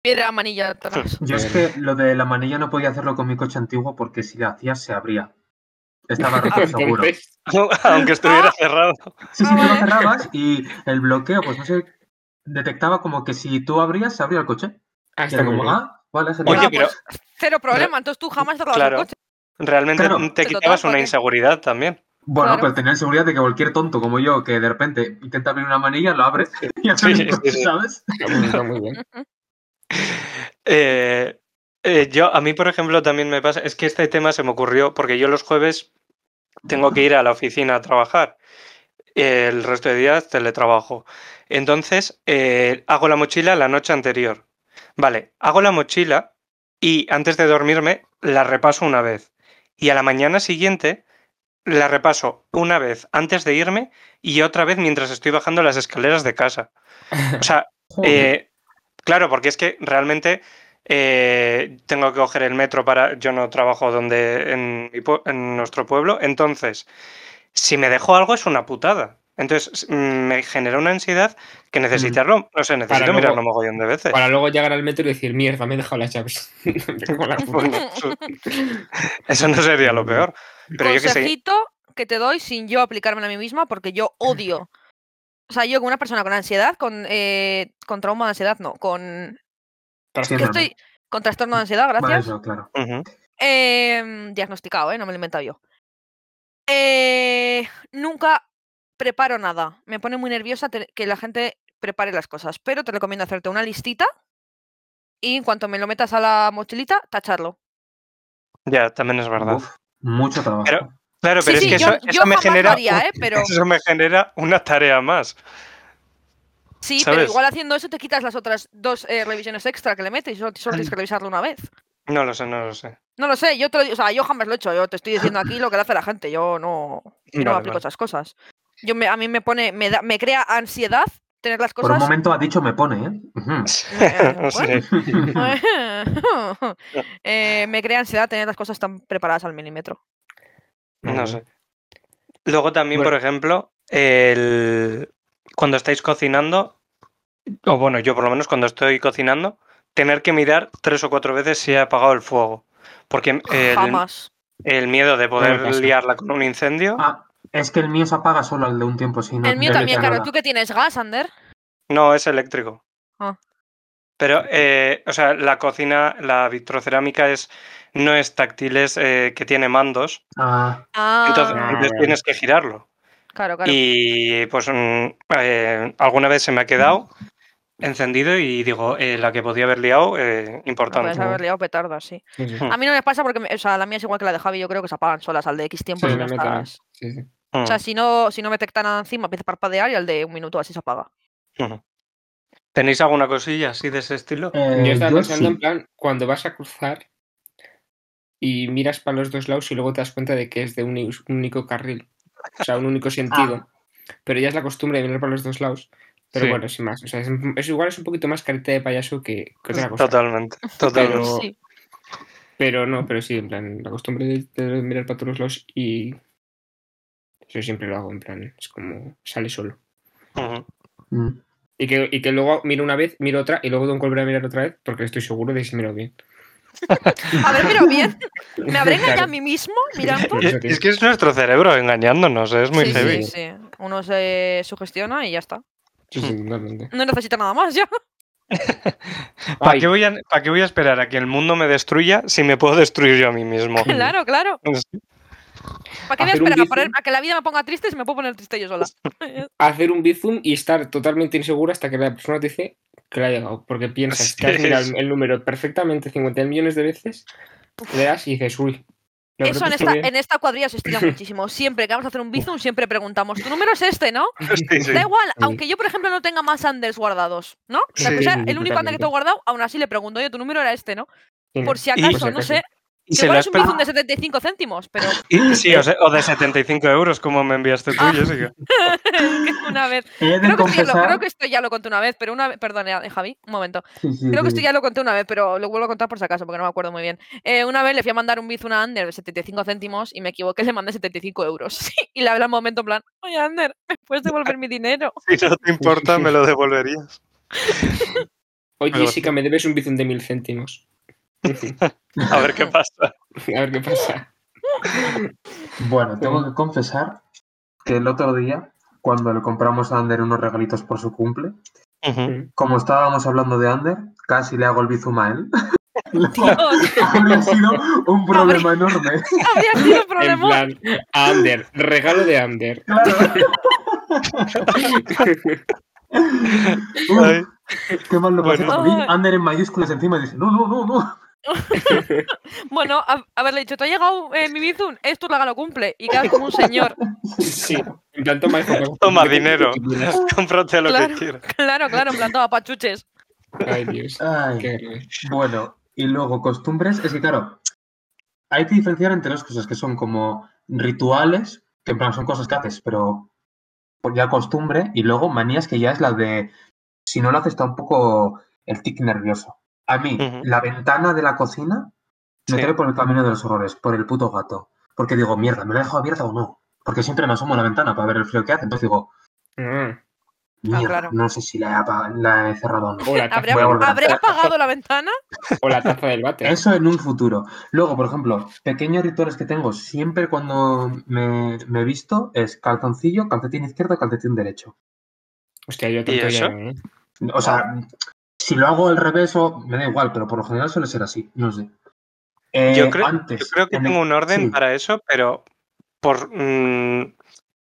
tuviera manilla atrás?
Yo es que lo de la manilla no podía hacerlo con mi coche antiguo porque si la hacía se abría. Estaba
Ah,
roto seguro.
Entonces,
Aunque estuviera cerrado.
Sí, sí, tú lo
vale.
cerrabas y el bloqueo, pues no sé, detectaba como que si tú abrías, se abría el coche.
ah,
Y
está
era
muy
como,
bien.
ah, vale, genial.
Oye,
Ah,
pero
Cero problema, entonces tú jamás cerrabas
claro.
el coche.
realmente
Claro.
te
Total,
quitabas
¿para
una
qué?
inseguridad también.
Bueno,
Claro.
pues tenía seguridad de que cualquier tonto como yo que de repente intenta abrir una manilla, lo abre y al
Sí,
final,
sí, sí.
¿sabes?
Está muy- está muy bien.
Ujú.
Eh, eh, yo, a mí, por ejemplo, también me pasa, es que este tema se me ocurrió porque yo los jueves tengo que ir a la oficina a trabajar. El resto de días teletrabajo. Entonces, eh, hago la mochila la noche anterior. Vale, hago la mochila y antes de dormirme la repaso una vez. Y a la mañana siguiente la repaso una vez antes de irme y otra vez mientras estoy bajando las escaleras de casa. O sea,
Joder.
eh, claro, porque es que realmente eh, tengo que coger el metro para. Yo no trabajo donde en, mi pue- en nuestro pueblo. Entonces, si me dejo algo es una putada. Entonces s- mm, me genera una ansiedad que necesitarlo, no sé, necesito
luego-
mirarlo mogollón de veces.
Para luego llegar al metro y decir, mierda, me he dejado las llaves. Tengo la puta.
Bueno, eso, eso no sería lo peor. Pero yo que sé.
Mm, Consejito que te doy sin yo aplicármelo a mí misma porque yo odio. O sea, yo como una persona con ansiedad, con, eh, con trauma de ansiedad, no, con...
Sí,
que
no, no.
estoy con trastorno de ansiedad,
Vale,
gracias.
eso, claro.
Ujú.
Em, diagnosticado, ¿eh? No me lo he inventado yo. Eh, nunca preparo nada. Me pone muy nerviosa te- que la gente prepare las cosas, pero te recomiendo hacerte una listita y en cuanto me lo metas a la mochilita, tacharlo.
Ya, también es verdad.
Uf, mucho trabajo.
Pero- Claro, pero
sí,
es que
yo,
eso,
yo
eso me
jamás
genera.
lo haría, ¿eh? Pero
Eso me genera una tarea más.
sí,
¿sabes?
pero igual haciendo eso te quitas las otras dos eh, revisiones extra que le metes y solo, solo tienes que revisarlo una vez.
No lo sé, no lo sé.
No lo sé, yo te lo digo, o sea, yo jamás lo he hecho, yo te estoy diciendo aquí lo que le hace la gente, yo no, yo no
Vale,
aplico
vale.
esas cosas. Yo me- a mí me pone, me, da- me crea ansiedad tener las
Por un
cosas.
momento ha dicho me pone, ¿eh? Ujú.
Eh,
Sí.
bueno.
Ujú.
Eh, me crea ansiedad tener las cosas tan preparadas al milímetro.
No sé. Luego también,
Bueno.
por ejemplo, el... cuando estáis cocinando, o bueno, yo por lo menos cuando estoy cocinando, tener que mirar tres o cuatro veces si ha apagado el fuego. Porque el,
Jamás.
el miedo de poder
pasa.
liarla con un incendio.
Ah, es que el mío se apaga solo al de un tiempo, sí. no-
El mío
no
le
también,
quita
claro.
nada.
Tú que tienes gas, Ander.
No, es eléctrico.
Ah.
Pero, eh, o sea, la cocina, la vitrocerámica es, no es táctil, es eh, que tiene mandos.
Ah,
Ah,
Entonces,
Ah,
entonces
vale.
tienes que girarlo.
claro, claro.
Y pues mm, eh, alguna vez se me ha quedado encendido y digo, eh, la que podía haber liado, eh,
No puedes
importante. Mm.
haber liado petardo, sí.
Sí, sí.
A mí no me pasa porque, me- o sea, la mía es igual que la de Javi, yo creo que se apagan solas al de X tiempo.
Sí,
si no
la mía también.
estás-
Sí, sí.
Mm,
O sea, si no, si no me detecta nada encima, empieza a parpadear y al de un minuto así se apaga.
mm. ¿Tenéis alguna cosilla así de ese estilo?
eh,
Yo estaba
yo
pensando en
sí.
plan, cuando vas a cruzar y miras para los dos lados y luego te das cuenta de que es de un i- un único carril, o sea, un único
Ah.
sentido. Pero ya es la costumbre de mirar para los dos lados. Pero
Sí.
bueno, sin más. O sea, es, es igual es un poquito más careta de payaso que, que otra cosa.
Totalmente, totalmente.
Pero-
Sí.
Pero no, pero sí, en plan, la costumbre de, de mirar para todos lados y. Yo siempre lo hago, en plan, es como sale solo.
Ujú.
Mm.
Y que, y que luego miro una vez, miro otra y luego tengo que volver a mirar otra vez porque estoy seguro de que sí miro bien.
A ver, miro bien. ¿Me habré engañado
Claro.
a mí mismo mirando?
Por
Es,
eso tiene-
es que es nuestro cerebro engañándonos, ¿eh? es muy
sí,
heavy.
sí, sí. Uno se sugestiona y ya está.
Sí, sí, totalmente.
No necesita nada más ya.
¿Para
Ay.
qué, voy a, para qué voy a esperar a que el mundo me destruya si me puedo destruir yo a mí mismo?
Claro, claro. ¿Para qué voy a
Hacer un
esperar a,
bizum.
poner- a que la vida me ponga triste si me puedo poner triste yo sola?
hacer un bizum y estar totalmente insegura hasta que la persona te dice que la ha llegado. Porque piensas que
Así
has mirado
es.
el número perfectamente 50 millones de veces, le das y dices, uy. lo
Eso
habré
en
puesto
esta,
bien.
en esta cuadrilla se estila muchísimo. Siempre que vamos a hacer un bizum, siempre preguntamos, tu número es este, ¿no?
Sí, sí.
Da igual,
Sí.
aunque yo, por ejemplo, no tenga más Anders guardados, ¿no? O sea,
Sí,
que sea
sí,
el único Ander que tengo guardado, aún así le pregunto, oye, tu número era este, ¿no?
Sí, ¿no?
Por si
Y-
acaso,
Por si
no
acaso.
sé.
Y
igual es
has
un
per-
bizum de 75 céntimos, pero
Y- Sí, o, se- o de 75 euros, como me enviaste tú,
Ah.
Jessica.
que una vez.
He de
Creo que, esto ya lo,
confesar.
creo que esto ya lo conté una vez, pero una vez. Perdón, eh, Javi, un momento.
Sí, sí,
Creo que
sí.
esto ya lo conté una vez, pero lo vuelvo a contar por si acaso, porque no me acuerdo muy bien. Eh, una vez le fui a mandar un bizum a Ander de 75 céntimos y me equivoqué, le mandé 75 euros. y le hablé al momento, en plan, oye, Ander, ¿me puedes devolver mi dinero?
Si no te importa, me lo devolverías.
Oye,
Pero-
Jessica, me debes un bizum de mil céntimos. En fin,
A ver qué pasa.
a ver qué pasa.
Bueno, tengo que confesar que el otro día, cuando le compramos a Ander unos regalitos por su cumple,
Ujú.
como estábamos hablando de Ander, casi le hago el bizum a él.
Dios,
Habría sido un problema enorme.
habría sido un
En
problema.
plan, Ander, regalo de Ander.
Claro.
Ay,
Uf, qué mal lo pasé
Bueno.
con él. Ander en mayúsculas encima dice, no, no, no, no.
Bueno, a- haberle dicho, te ha llegado eh, mi bizum, es tu regalo cumple. Y quedas como un señor.
Sí, en plan, toma esto, toma-
Toma dinero.
tienes.
Cómprate lo
Claro.
que quieras.
Claro, claro, en plan, toma pachuches.
Ay, Dios.
Ay.
Qué grave.
Bueno, y luego costumbres, es que claro, hay que diferenciar entre dos cosas que son como rituales, que en plan son cosas que haces, pero pues, ya costumbre, y luego manías que ya es la de, si no lo haces está un poco el tic nervioso. A mí,
Ujú.
la ventana de la cocina me
Sí.
trae por el camino de los horrores, por el puto gato, porque digo, mierda, ¿me la he dejado abierta o no? Porque siempre me asomo a la ventana para ver el frío que hace, entonces digo,
Ah,
mierda,
claro.
no sé si la he, apa- la he cerrado o no.
o, la
¿Habré,
taza,
Voy a volver.
¿habré apagado la ventana?
o la taza del váter.
Eso en un futuro. Luego, por ejemplo, pequeños rituales que tengo siempre cuando me, me visto es calzoncillo, calcetín izquierdo, calcetín derecho.
Hostia, yo tanto
eso?
ya no, ¿eh?
O sea, si lo hago al revés o me da igual, pero por lo general suele ser así, no sé. Eh,
Yo creo-
antes,
Yo creo que
en el-
tengo un orden
sí.
para eso, pero por mm,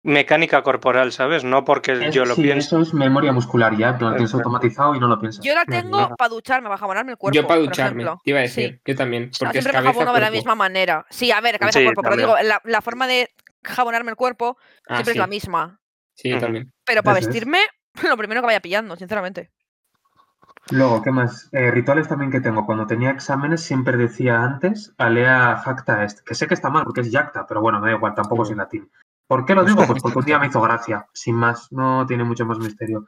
mecánica corporal, ¿sabes? No porque
Es-
yo lo
sí,
pienso.
eso es memoria muscular ya, en plan, lo tienes
Perfecto.
automatizado y no lo piensas.
Yo la
Vale,
tengo
vale.
para ducharme, para jabonarme el cuerpo.
Yo para
por
ducharme,
ejemplo.
te iba
Sí.
a decir. Yo también.
No,
Porque es
siempre me
cabeza,
jabono de la
cuerpo.
misma manera. Sí, a ver, cabeza
Sí,
cuerpo, pero
también.
digo, la, la forma de jabonarme el cuerpo,
Ah,
siempre es
sí.
la misma.
Sí, yo también.
Pero para
Eso es.
vestirme, lo primero que vaya pillando, sinceramente.
Luego, ¿qué más? Eh, rituales también que tengo. Cuando tenía exámenes siempre decía antes alea jacta est, que sé que está mal porque es jacta, pero bueno, me da igual, tampoco es en latín. ¿Por qué lo digo? Pues porque un día me hizo gracia, sin más, no tiene mucho más misterio.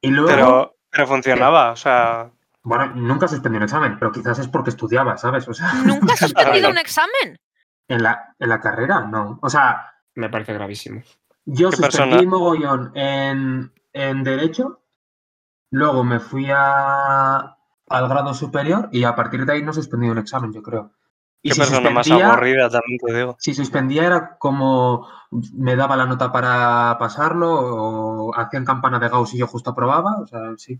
Y luego,
Pero, pero funcionaba, o sea.
bueno, nunca suspendí un examen, pero quizás es porque estudiaba, ¿sabes? O sea,
¿Nunca has suspendido un examen?
en la, en la carrera, no. O sea,
Me parece gravísimo.
Yo
¿Qué
suspendí
persona?
mogollón en, en Derecho, luego me fui a, al grado superior y a partir de ahí no suspendí un examen, yo creo. Y
Qué persona más
suspendía-
aburrida, también te digo.
Si suspendía era como me daba la nota para pasarlo o hacían campana de Gauss y yo justo aprobaba. O sea, sí.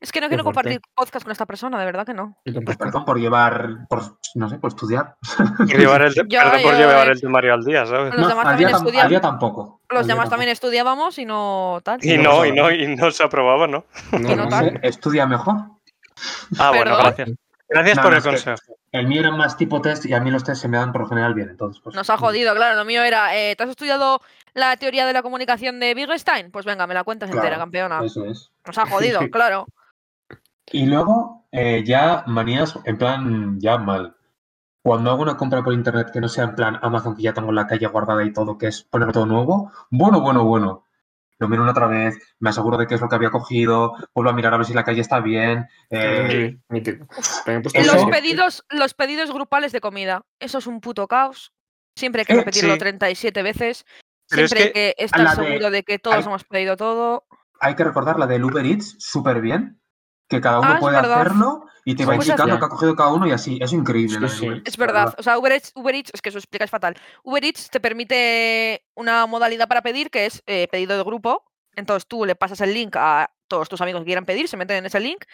Es que no
Qué
quiero
fuerte.
compartir podcast con esta persona, de verdad que no.
Yo
Pues
tampoco.
perdón por llevar, por, no sé, por estudiar.
Por llevar el,
Ya,
perdón por
ya,
llevar
ya.
el temario eh, al día,
Los
¿sabes?
Pues No,
demás
al
también
día tam- al
estudian.
día tampoco.
Los
al día
demás
tampoco.
también estudiábamos y no tal.
Y
no
no,
pasa
y no, y no se aprobaba, ¿no?
No,
no
no
tal.
sé.
Estudia mejor.
Ah, bueno,
Perdón.
gracias. Gracias
No,
por
no,
el
es que-
consejo.
El mío era más tipo test y a mí los test se me dan por lo general bien, entonces. Pues,
Nos ha jodido, claro. Lo mío era, eh, ¿te has estudiado la teoría de la comunicación de Wittgenstein? Pues venga, me la cuentas
Claro, pues
entera, campeona.
Eso es.
Nos ha jodido, claro.
Y luego, eh, ya manías, en plan, ya mal. Cuando hago una compra por internet que no sea en plan Amazon, que ya tengo en la calle guardada y todo, que es poner todo nuevo, bueno, bueno, bueno. Lo miro una otra vez, me aseguro de qué es lo que había cogido, vuelvo a mirar a ver si la calle está bien. eh,
Sí, mítico. También he puesto
Eso-
Los
un-
pedidos, los pedidos grupales de comida. Eso es un puto caos. Siempre hay que
Eh,
repetirlo
sí.
37 veces.
Pero es
Siempre hay que
a la
estar
de-
seguro de que todos
al-
hemos pedido todo.
hay que recordar la del Uber Eats, súper bien, que cada uno
Ah, es
puede
verdad.
hacerlo y te
Sí,
va
pues
indicando
así.
qué ha cogido cada uno y así. Es increíble.
Sí,
la del
sí.
Uber Eats,
Es
la
verdad. O sea, Uber Eats, Uber Eats- es que eso explica es fatal. Uber Eats te permite una modalidad para pedir que es eh, pedido de grupo. Entonces tú le pasas el link a todos tus amigos que quieran pedir, se meten en ese link,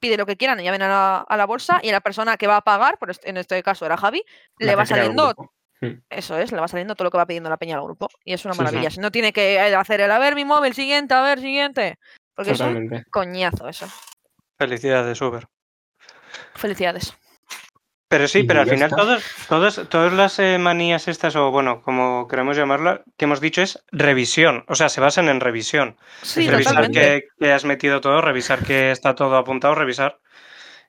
pide lo que quieran, y ya ven a la, a la bolsa y a la persona que va a pagar, por este- en este caso era Javi,
la
le
que
va
crea el
saliendo
grupo.
Eso es, le va saliendo todo lo que va pidiendo la peña al grupo. Y es una
Sí, sí.
maravilla. Si no tiene que eh, hacer el a ver mi móvil, siguiente, a ver, siguiente. Porque es un
Totalmente.
coñazo eso.
Felicidades, Uber.
Felicidades.
Pero sí,
Y
pero al
ya
final
está.
todas, todas, todas las eh, manías estas, o bueno, como queremos llamarla, que hemos dicho es revisión. O sea, se basan en revisión.
Sí,
revisar
totalmente.
que, que has metido todo, revisar que está todo apuntado, revisar.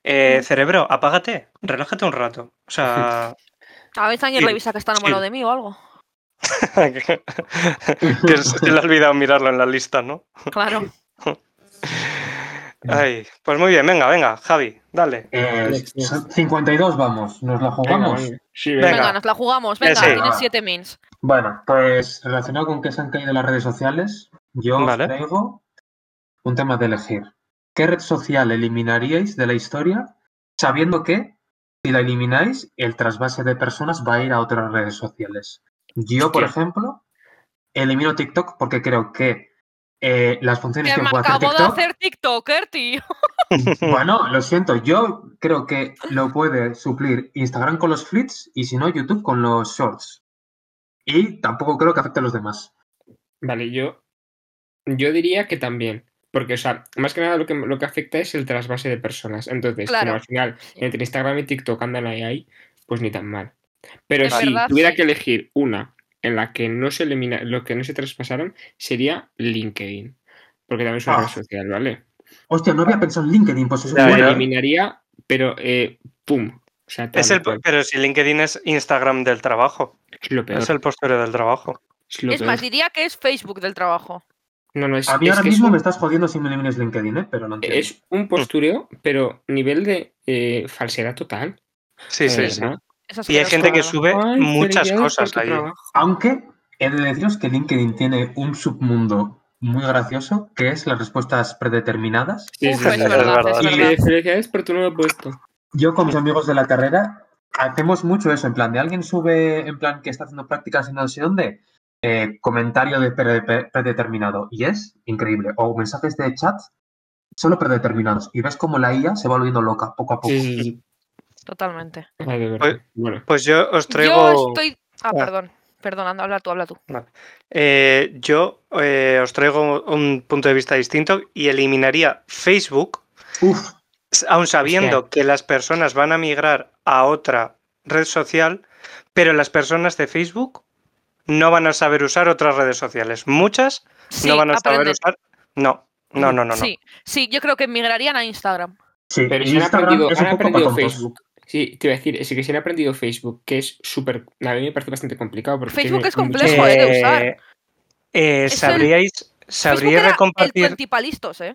Eh,
Mm.
Cerebro, apágate, relájate un rato. O sea,
A veces alguien
Sí,
revisa que está enamorado de mí o algo.
que que se le ha olvidado mirarlo en la lista, ¿no?
Claro.
Ay, pues muy bien, venga, venga, Javi, dale.
Eh,
Yes, yes.
52 vamos, nos la
Venga,
jugamos.
venga. Sí,
Venga.
venga.
Venga, nos la jugamos.
Ya
Venga,
sé.
tienes siete mins.
Ah. Bueno, pues relacionado con que se han caído las redes sociales, yo os
Vale.
traigo un tema de elegir. ¿Qué red social eliminaríais de la historia sabiendo que si la elimináis, el trasvase de personas va a ir a otras redes sociales? Yo, por
Hostia.
ejemplo, elimino TikTok porque creo que eh, las funciones
Que
que
me
puede hacer
acabo de
TikTok...
hacer TikToker, tío.
Bueno, lo siento, yo creo que lo puede suplir Instagram con los flits y si no, YouTube con los shorts. Y tampoco creo que afecte a los demás.
Vale, yo, yo diría que también. Porque, o sea, más que nada lo que, lo que afecta es el trasvase de personas. Entonces,
Claro.
como al final entre Instagram y TikTok andan ahí, ahí pues ni tan mal. Pero
En
si
verdad,
tuviera
sí.
que elegir una en la que no se elimina, lo que no se traspasaron, sería LinkedIn. Porque también es una
Ah.
red social, ¿vale?
Hostia, no
Ah.
había pensado en LinkedIn, pues es un
Ya,
Lo
buen-
ya.
eliminaría, pero eh, pum. O sea, tal
Es el,
cual.
pero si LinkedIn es Instagram del trabajo,
Es lo peor.
es el postureo del trabajo.
es lo
Es más,
peor.
diría que es Facebook del trabajo.
No, no, es,
A mí
es
ahora
que es
mismo
un-
me estás jodiendo si me eliminas LinkedIn, ¿eh? Pero no entiendo.
Es un postureo, pero nivel de eh, falsedad total.
Sí, sí,
Eh,
de
sí.
verdad.
Es
Y hay
asqueroso,
gente
la
que
verdad.
sube
Ay,
muchas
felicidades por
cosas ¿eh?
tu
allí.
trabajo.
Aunque he de deciros que LinkedIn tiene un submundo muy gracioso, que es las respuestas predeterminadas.
Sí,
Uf,
sí,
es
sí.
verdad,
verdad,
es
es
Y
verdad.
eh, felicidades por tu nuevo puesto.
Yo con mis amigos de la carrera hacemos mucho eso, en plan, de alguien sube, en plan, que está haciendo prácticas en no sé dónde, eh, comentario de pre- pre- predeterminado. Y es increíble. O mensajes de chat solo predeterminados. Y ves como la IA se va volviendo loca poco a poco.
Sí, sí, sí.
Totalmente.
Ay, de verdad.
Pues-
Bueno,
Pues yo os traigo.
Yo estoy. Ah,
Ah.
perdón. Perdón, anda, habla tú, habla tú.
Eh, yo eh, os traigo un punto de vista distinto y eliminaría Facebook,
Uf,
s- aun sabiendo que las personas van a migrar a otra red social, pero las personas de Facebook no van a saber usar otras redes sociales. Muchas
Sí,
no van a
aprenden.
saber usar. No, no, no, no. no.
Sí, sí, yo creo que migrarían a Instagram.
Sí,
Pero
y
se han
Instagram
aprendido,
es
han
un poco
aprendido
para tontos.
Facebook. Sí, te iba a decir, es que se han aprendido Facebook, que es súper. A mí me parece bastante complicado. Porque
Facebook
tiene
es complejo,
muchas-
¿eh? de usar.
Eh, eh,
Es el-
¿Sabríais, sabríais
Facebook era el
recompartir,
20 palistos, ¿eh?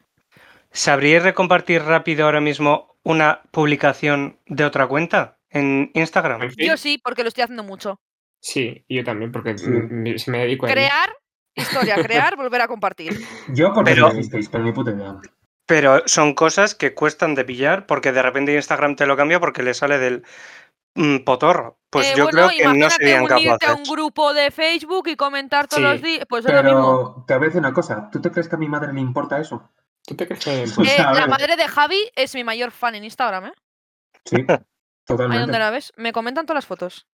¿Sabríais recompartir rápido ahora mismo una publicación de otra cuenta en Instagram?
En fin,
Yo sí, porque lo estoy haciendo mucho.
Sí, yo también, porque
Sí.
m- m- se me dedico a
Pues
ello.
Crear historia, crear, volver a compartir.
Yo porque
Pero-
me dijisteis, pero ni puta idea.
Pero son cosas que cuestan de pillar porque de repente Instagram te lo cambia porque le sale del mm, potorro. Pues
Eh,
yo
bueno,
creo que no
imagínate
serían
unirte a
capaces.
un grupo de Facebook y comentar todos
Sí,
los días. Pues es lo mismo.
Pero te voy a decir una cosa, ¿tú te crees que a mi madre le importa eso?
¿Tú te crees que.?
Pues
Eh,
a
la
ver.
madre de Javi es mi mayor fan en Instagram, ¿eh?
Sí,
Ahí donde
totalmente.
la ves. Me comentan todas las fotos.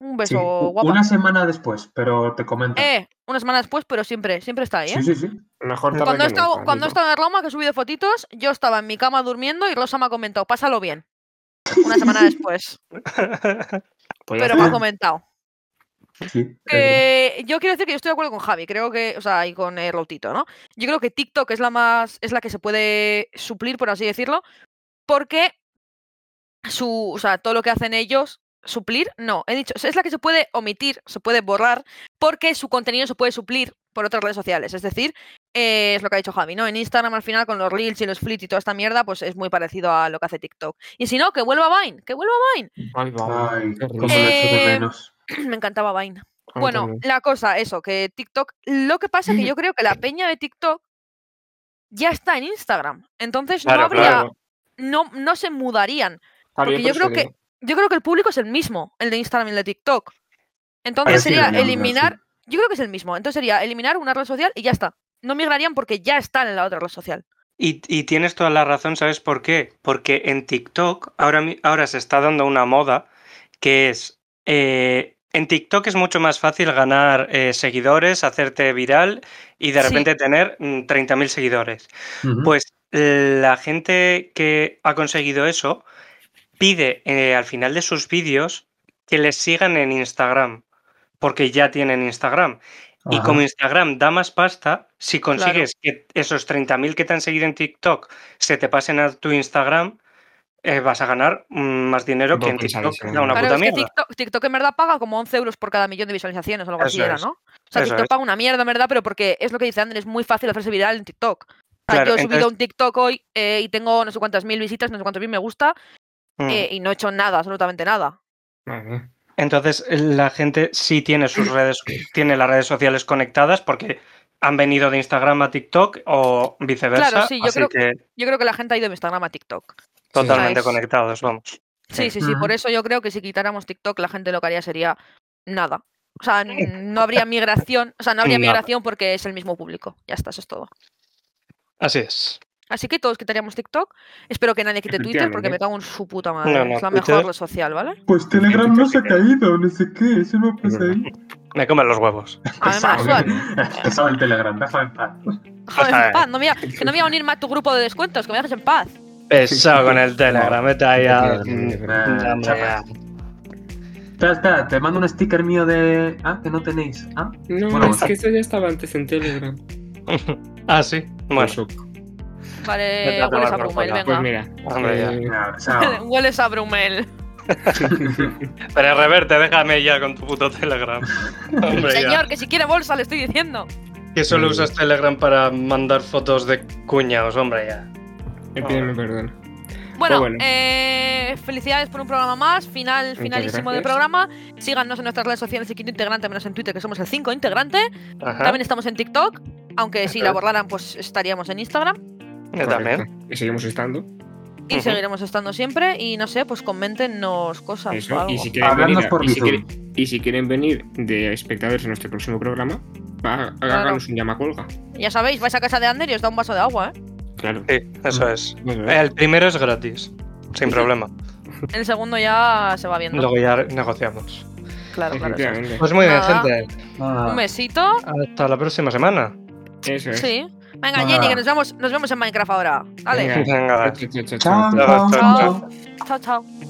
Un beso
Sí, u-
guapa.
Una semana después, pero te comento.
Eh, una semana después, pero siempre, siempre está ahí, ¿eh?
Sí, sí, sí.
Mejor tarde
Cuando he,
que
estado,
nunca,
cuando he
digo.
estado en Roma, que he subido fotitos, yo estaba en mi cama durmiendo y Rosa me ha comentado, pásalo bien. Una semana después.
Pues ya
pero me
está.
ha comentado.
sí es verdad.
Que yo quiero decir que yo estoy de acuerdo con Javi, creo que, o sea, y con el Rautito, ¿no? Yo creo que TikTok es la más, es la que se puede suplir, por así decirlo, porque su, o sea, todo lo que hacen ellos, suplir, no, he dicho, es la que se puede omitir, se puede borrar, porque su contenido se puede suplir por otras redes sociales, es decir, eh, es lo que ha dicho Javi, ¿no? En Instagram al final con los reels y los flits y toda esta mierda, pues es muy parecido a lo que hace TikTok. Y si no, que vuelva Vine, que vuelva Vine.
Ahí va.
Ay,
Qué
cómo lo
horrible.
echo de
Eh,
menos.
Me encantaba Vine.
A mí
Bueno,
también.
la cosa, eso, que TikTok, lo que pasa es que yo creo que la peña de TikTok ya está en Instagram. Entonces no
Claro,
habría,
Claro,
no, no se mudarían.
claro,
porque
por
yo
eso
creo
digo.
que- Yo creo que el público es el mismo, el de Instagram y el de TikTok.
Ah,
Entonces
sí,
sería
deberían migrar,
eliminar, yo creo que es el mismo, entonces sería eliminar una red social y ya está. No migrarían porque ya están en la otra red social.
Y, y tienes toda la razón, ¿sabes por qué? Porque en TikTok ahora, mi- ahora se está dando una moda que es... eh, en TikTok es mucho más fácil ganar eh, seguidores, hacerte viral y de
Sí.
repente tener mm, 30.000 seguidores.
Ujú.
Pues la gente que ha conseguido eso pide eh, al final de sus vídeos que les sigan en Instagram, porque ya tienen Instagram. Y
Ajá.
como Instagram da más pasta, si consigues que esos 30.000 que te han seguido en TikTok se te pasen a tu Instagram, eh, vas a ganar mm, más dinero que en TikTok.
Compensadísimo.
da una
claro,
puta
es que
mierda.
TikTok, TikTok en verdad paga como 11 euros por cada millón de visualizaciones o algo así
Eso
era,
es,
¿no? O sea,
eso
TikTok
es.
paga una mierda, en verdad, pero porque es lo que dice Andrés, es muy fácil hacerse viral en TikTok. O sea,
Claro,
yo he subido
entonces-
un TikTok hoy eh, y tengo no sé cuántas mil visitas, no sé cuántos mil me gusta
Mm.
eh, y no he hecho nada, absolutamente nada.
Madre
Ah, ¿eh?
mía.
Entonces la gente sí tiene sus redes, tiene las redes sociales conectadas porque han venido de Instagram a TikTok o viceversa.
Claro, sí, yo
así
creo-
que
Yo creo que la gente ha ido de Instagram a TikTok.
totalmente
sabes.
conectados, vamos.
Sí, sí, sí,
Ujú.
por eso yo creo que si quitáramos TikTok la gente lo que haría sería nada. O sea, n- no habría migración, o sea, no habría
Nada.
migración porque es el mismo público. Ya está, eso es todo.
Así es.
Así que todos quitaríamos TikTok. Espero que nadie quite Twitter porque me
Efectivamente.
cago en su puta madre.
No, no,
es la mejor
Twitter-
red social, ¿vale?
Pues Telegram no se ha
Sí,
caído, no sé qué, eso no
Es
pasa
verdad.
ahí.
Me comen los huevos.
Además,
Pesado, pesado el Telegram, déjame en paz.
Pues,
Déjame
Ajá,
en
eh.
paz, no me voy a- que no me voy a unirme a tu grupo de descuentos, que me dejes en paz.
Pesado con el Telegram, vete ahí a-
Efectivamente, efectivamente.
Nah,
Dame
chapas.
a-
Espera, espera, te mando un sticker mío de. Ah, que no tenéis. Ah,
No,
Bueno,
es que esto ya estaba antes en Telegram.
Ah, sí. Bueno,
Pues, ok.
Vale,
Vete a
hueles a
tomar por
Brumel,
Pues culo.
pues
venga.
mira.
Hombre, ya.
eh,
nada, chao.
Hueles a Brumel.
pero reverte, déjame ya con tu puto Telegram. Hombre, Pues ya.
Señor, que si quiere bolsa, le estoy diciendo.
Que solo usas Telegram para mandar fotos de cuñados, hombre, ya.
eh, pídeme perdón.
Pues
Bueno,
bueno.
eh, felicidades por un programa más, final, finalísimo del
gracias.
programa. Síganos en nuestras redes sociales el quinto integrante, menos en Twitter, que somos el cinco integrante.
Ajá.
También estamos en TikTok, aunque si la borraran, pues estaríamos en Instagram.
Yo también.
Correcto. Y pues, seguimos estando.
Y
Ujú.
seguiremos estando siempre. Y no sé, pues coméntenos cosas. o
Eso.
algo.
Y si quieren
Habladnos
venir, a-
por
y si
Bizum.
quieren- y si quieren venir de espectadores en nuestro próximo programa, ha- háganos un llama colga.
Ya sabéis, vais a casa de Ander y os da un vaso de agua, ¿eh?
Claro.
Sí, eso es.
Bueno, eh,
El primero es gratis, sin problema.
El segundo ya se va viendo.
Luego ya negociamos.
Claro, claro. eso es.
efectivamente.
Pues muy bien,
Nada.
gente.
Ah.
Un besito.
Hasta la próxima semana.
Eso es.
Sí. Venga,
Nada.
Jenny, que nos vemos, nos vemos en Minecraft ahora. Dale.
Venga.
Venga.
Chao, chao, chao, chao.
Chao, chao,
Chao,
chao.
Chao, chao.